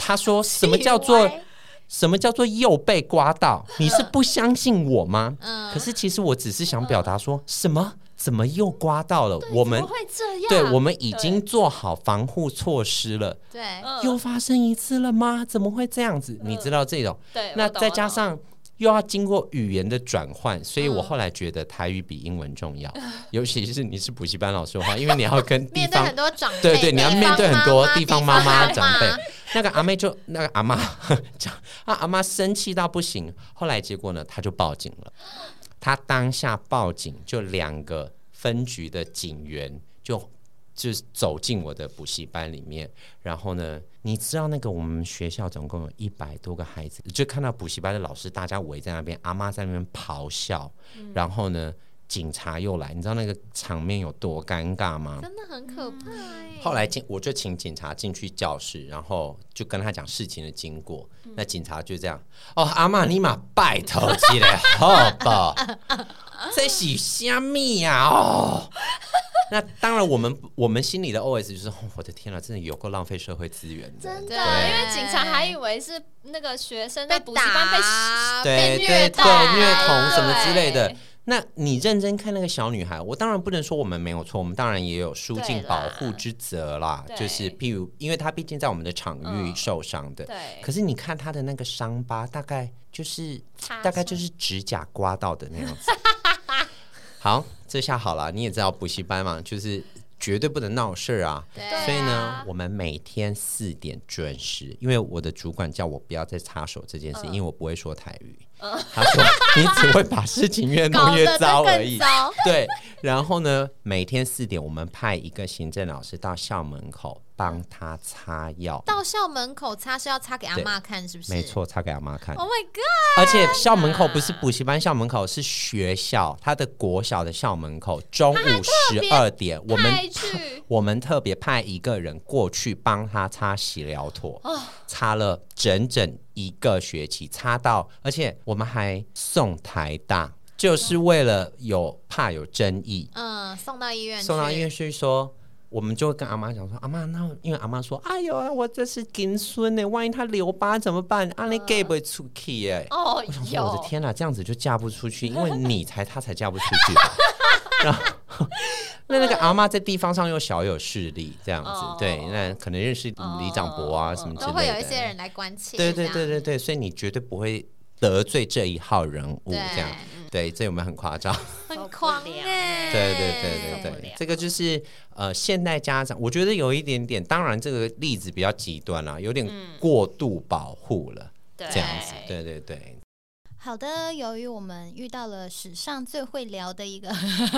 [SPEAKER 3] 她说：“什么叫做
[SPEAKER 2] 歪
[SPEAKER 3] 什么叫做又被刮到？你是不相信我吗？”
[SPEAKER 2] 嗯
[SPEAKER 3] 可是其实我只是想表达说什么。怎么又刮到了？我们
[SPEAKER 2] 怎么会这样？
[SPEAKER 3] 对，我们已经做好防护措施了，
[SPEAKER 1] 对，
[SPEAKER 2] 嗯
[SPEAKER 3] 又发生一次了吗？怎么会这样子？你知道这种，
[SPEAKER 2] 对嗯哎
[SPEAKER 3] 那
[SPEAKER 2] 我懂
[SPEAKER 3] 再
[SPEAKER 2] 我
[SPEAKER 3] 加
[SPEAKER 2] 懂
[SPEAKER 3] 上又要经过语言的转换，所以我后来觉得台语比英文重要，
[SPEAKER 2] 嗯
[SPEAKER 3] 尤其是你是补习班老师的话，因为你要跟地
[SPEAKER 1] 面对
[SPEAKER 3] 方
[SPEAKER 1] 很。多长辈，
[SPEAKER 3] 对对，你要面对很多地方妈妈
[SPEAKER 1] 地方
[SPEAKER 3] 长辈，那个阿妹就那个阿妈 讲啊，阿妈生气到不行。后来结果呢，她就报警了。她当下报警，就两个分局的警员就就是走进我的补习班里面，然后呢，你知道那个我们学校总共有一百多个孩子，就看到补习班的老师大家围在那边，阿妈在那边咆哮，然后呢，警察又来，你知道那个场面有多尴尬吗？
[SPEAKER 1] 真的很可怕哎。
[SPEAKER 3] 后来进我就请警察进去教室，然后就跟他讲事情的经过。那警察就这样：“哦，阿妈尼玛拜托起来，好 不好？这是虾米呀？哦。” 那当然，我们我们心里的 OS 就是：哦我的天哪，真的有够浪费社会资源的，
[SPEAKER 2] 真的，
[SPEAKER 1] 对
[SPEAKER 2] 因为警察还以为是那个学生在
[SPEAKER 1] 被
[SPEAKER 2] 补习班啊被啊
[SPEAKER 1] 打
[SPEAKER 3] 对
[SPEAKER 1] 被
[SPEAKER 3] 对
[SPEAKER 1] 虐
[SPEAKER 3] 对，
[SPEAKER 1] 待
[SPEAKER 3] 虐童什么
[SPEAKER 2] 对
[SPEAKER 3] 之类的。那你认真看那个小女孩，我当然不能说我们没有错，我们当然也有疏
[SPEAKER 2] 对
[SPEAKER 3] 进
[SPEAKER 2] 啦
[SPEAKER 3] 保护之责啦。
[SPEAKER 2] 对
[SPEAKER 3] 就是譬如，因为她毕竟在我们的场域
[SPEAKER 2] 嗯
[SPEAKER 3] 受伤的，
[SPEAKER 2] 对
[SPEAKER 3] 可是你看她的那个伤疤，大概就是
[SPEAKER 2] 擦
[SPEAKER 3] 大概
[SPEAKER 2] 伤
[SPEAKER 3] 就是指甲刮到的那样 子。好，这下好了，你也知道补习班嘛，就是绝对不能闹事儿啊。
[SPEAKER 1] 对
[SPEAKER 3] 所以呢
[SPEAKER 2] 啊，
[SPEAKER 3] 我们每天四点准时，因为我的主管叫我不要再插手这件事，
[SPEAKER 1] 嗯
[SPEAKER 3] 因为我不会说台语。他说：“你只会把事情越弄
[SPEAKER 1] 搞
[SPEAKER 3] 越
[SPEAKER 1] 得
[SPEAKER 3] 糟
[SPEAKER 1] 这更
[SPEAKER 3] 而已。
[SPEAKER 1] 糟”
[SPEAKER 3] 对，然后呢，每天四点我们派一个行政老师到校门口帮他擦药，
[SPEAKER 1] 到校门口擦是要擦给阿妈看，是不是？
[SPEAKER 3] 没。错，擦给阿妈看。
[SPEAKER 1] Oh my god！
[SPEAKER 3] 而且校门口不是补习班校门口，是学校他的国小的校门口。中午十二点，我们
[SPEAKER 2] 派去
[SPEAKER 3] 我们特别派一个人过去帮他擦洗疗妥，擦了整整一个学期，擦到，而且我们还送台大，就是为了有怕有争议，
[SPEAKER 1] 嗯，送到医院，
[SPEAKER 3] 送到医院。去说，我们就会跟阿妈讲说，阿妈，那因为阿妈说，哎呦啊，我这是金孙呢，万一他留疤怎么办？啊，你给不出去耶？
[SPEAKER 2] 哦
[SPEAKER 3] 我想，说，
[SPEAKER 2] 有
[SPEAKER 3] 我的天哪，这样子就嫁不出去，因为你才他才嫁不出去吧。 然后，那那个阿妈在地方上又小有势力，这样子，
[SPEAKER 2] 哦
[SPEAKER 3] 对，那可能认识里长伯啊、
[SPEAKER 2] 哦
[SPEAKER 3] 什么之
[SPEAKER 1] 都
[SPEAKER 3] 类的，
[SPEAKER 1] 会有一些人来关切。
[SPEAKER 3] 对对对
[SPEAKER 1] 这样
[SPEAKER 3] 对对，所以你绝对不会得罪这一号人物，
[SPEAKER 1] 对
[SPEAKER 3] 这样，对，这有没有很夸张？
[SPEAKER 1] 很狂
[SPEAKER 2] 受不了
[SPEAKER 1] 哎。
[SPEAKER 3] 对对对
[SPEAKER 2] 受
[SPEAKER 3] 对
[SPEAKER 2] 不
[SPEAKER 3] 对
[SPEAKER 2] 了，
[SPEAKER 3] 这个就是呃，现代家长，我觉得有一点点，当然这个例子比
[SPEAKER 1] 嗯
[SPEAKER 3] 较极端啦、有点过度保护了，
[SPEAKER 2] 对
[SPEAKER 3] 这样子，对对对。
[SPEAKER 1] 好的，由于我们遇到了史上最会聊的一个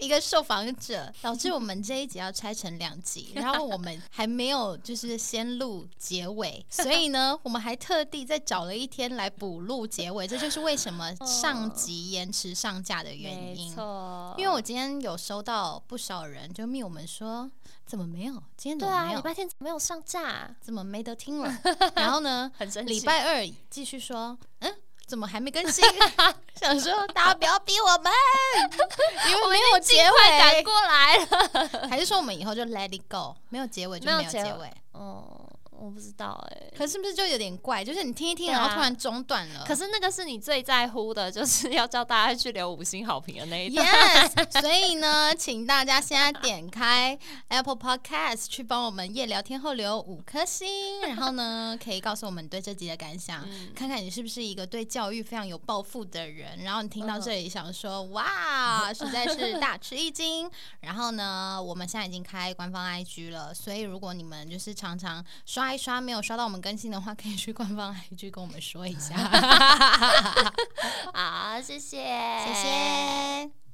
[SPEAKER 1] 一个受访者，导致我们这一集要拆成两 集，然后我们还没有就是先录结尾，所以 呢，我们还特地再找了一天来补录结尾，这就是为什么上集延迟上架的原因。
[SPEAKER 2] 错
[SPEAKER 1] 因为我今天有收到不少人就密我们说，怎么没有？今天怎
[SPEAKER 2] 对
[SPEAKER 1] 么
[SPEAKER 2] 啊，
[SPEAKER 1] 没有？
[SPEAKER 2] 礼拜天怎么没有上架啊？
[SPEAKER 1] 怎么没得听 了？然后呢，
[SPEAKER 2] 很生气
[SPEAKER 1] 礼拜二继续说，嗯，怎么还没 更新？想说大家不要逼我们，因为没有结
[SPEAKER 2] 快赶
[SPEAKER 1] 尾，
[SPEAKER 2] 过来了。
[SPEAKER 1] 还是说我们以后就 let it go，没有结尾就
[SPEAKER 2] 没有
[SPEAKER 1] 没有结
[SPEAKER 2] 结
[SPEAKER 1] 尾？
[SPEAKER 2] 哦，我不知道哎、
[SPEAKER 1] 可是不是就有点怪？就是你听一听，
[SPEAKER 2] 对啊
[SPEAKER 1] 然后突然中断了。
[SPEAKER 2] 可是那个是你最在乎的，就是要叫大家去留五星好评的那一段。
[SPEAKER 1] Yes，所以呢，请大家现在点开 Apple Podcast 去帮我们夜聊天后留五颗星，然后呢，可以告诉我们你对这集的感想，看看你是不是一个对教育非常有抱负的人。然后你听到这里想说，哇，实在是大吃一惊。然后呢，我们现在已经开官方 IG 了，所以如果你们就是常常刷一刷没有刷到我们更新的话，可以去官方 IG 跟我们说一下。
[SPEAKER 2] 好，谢谢，
[SPEAKER 1] 谢谢。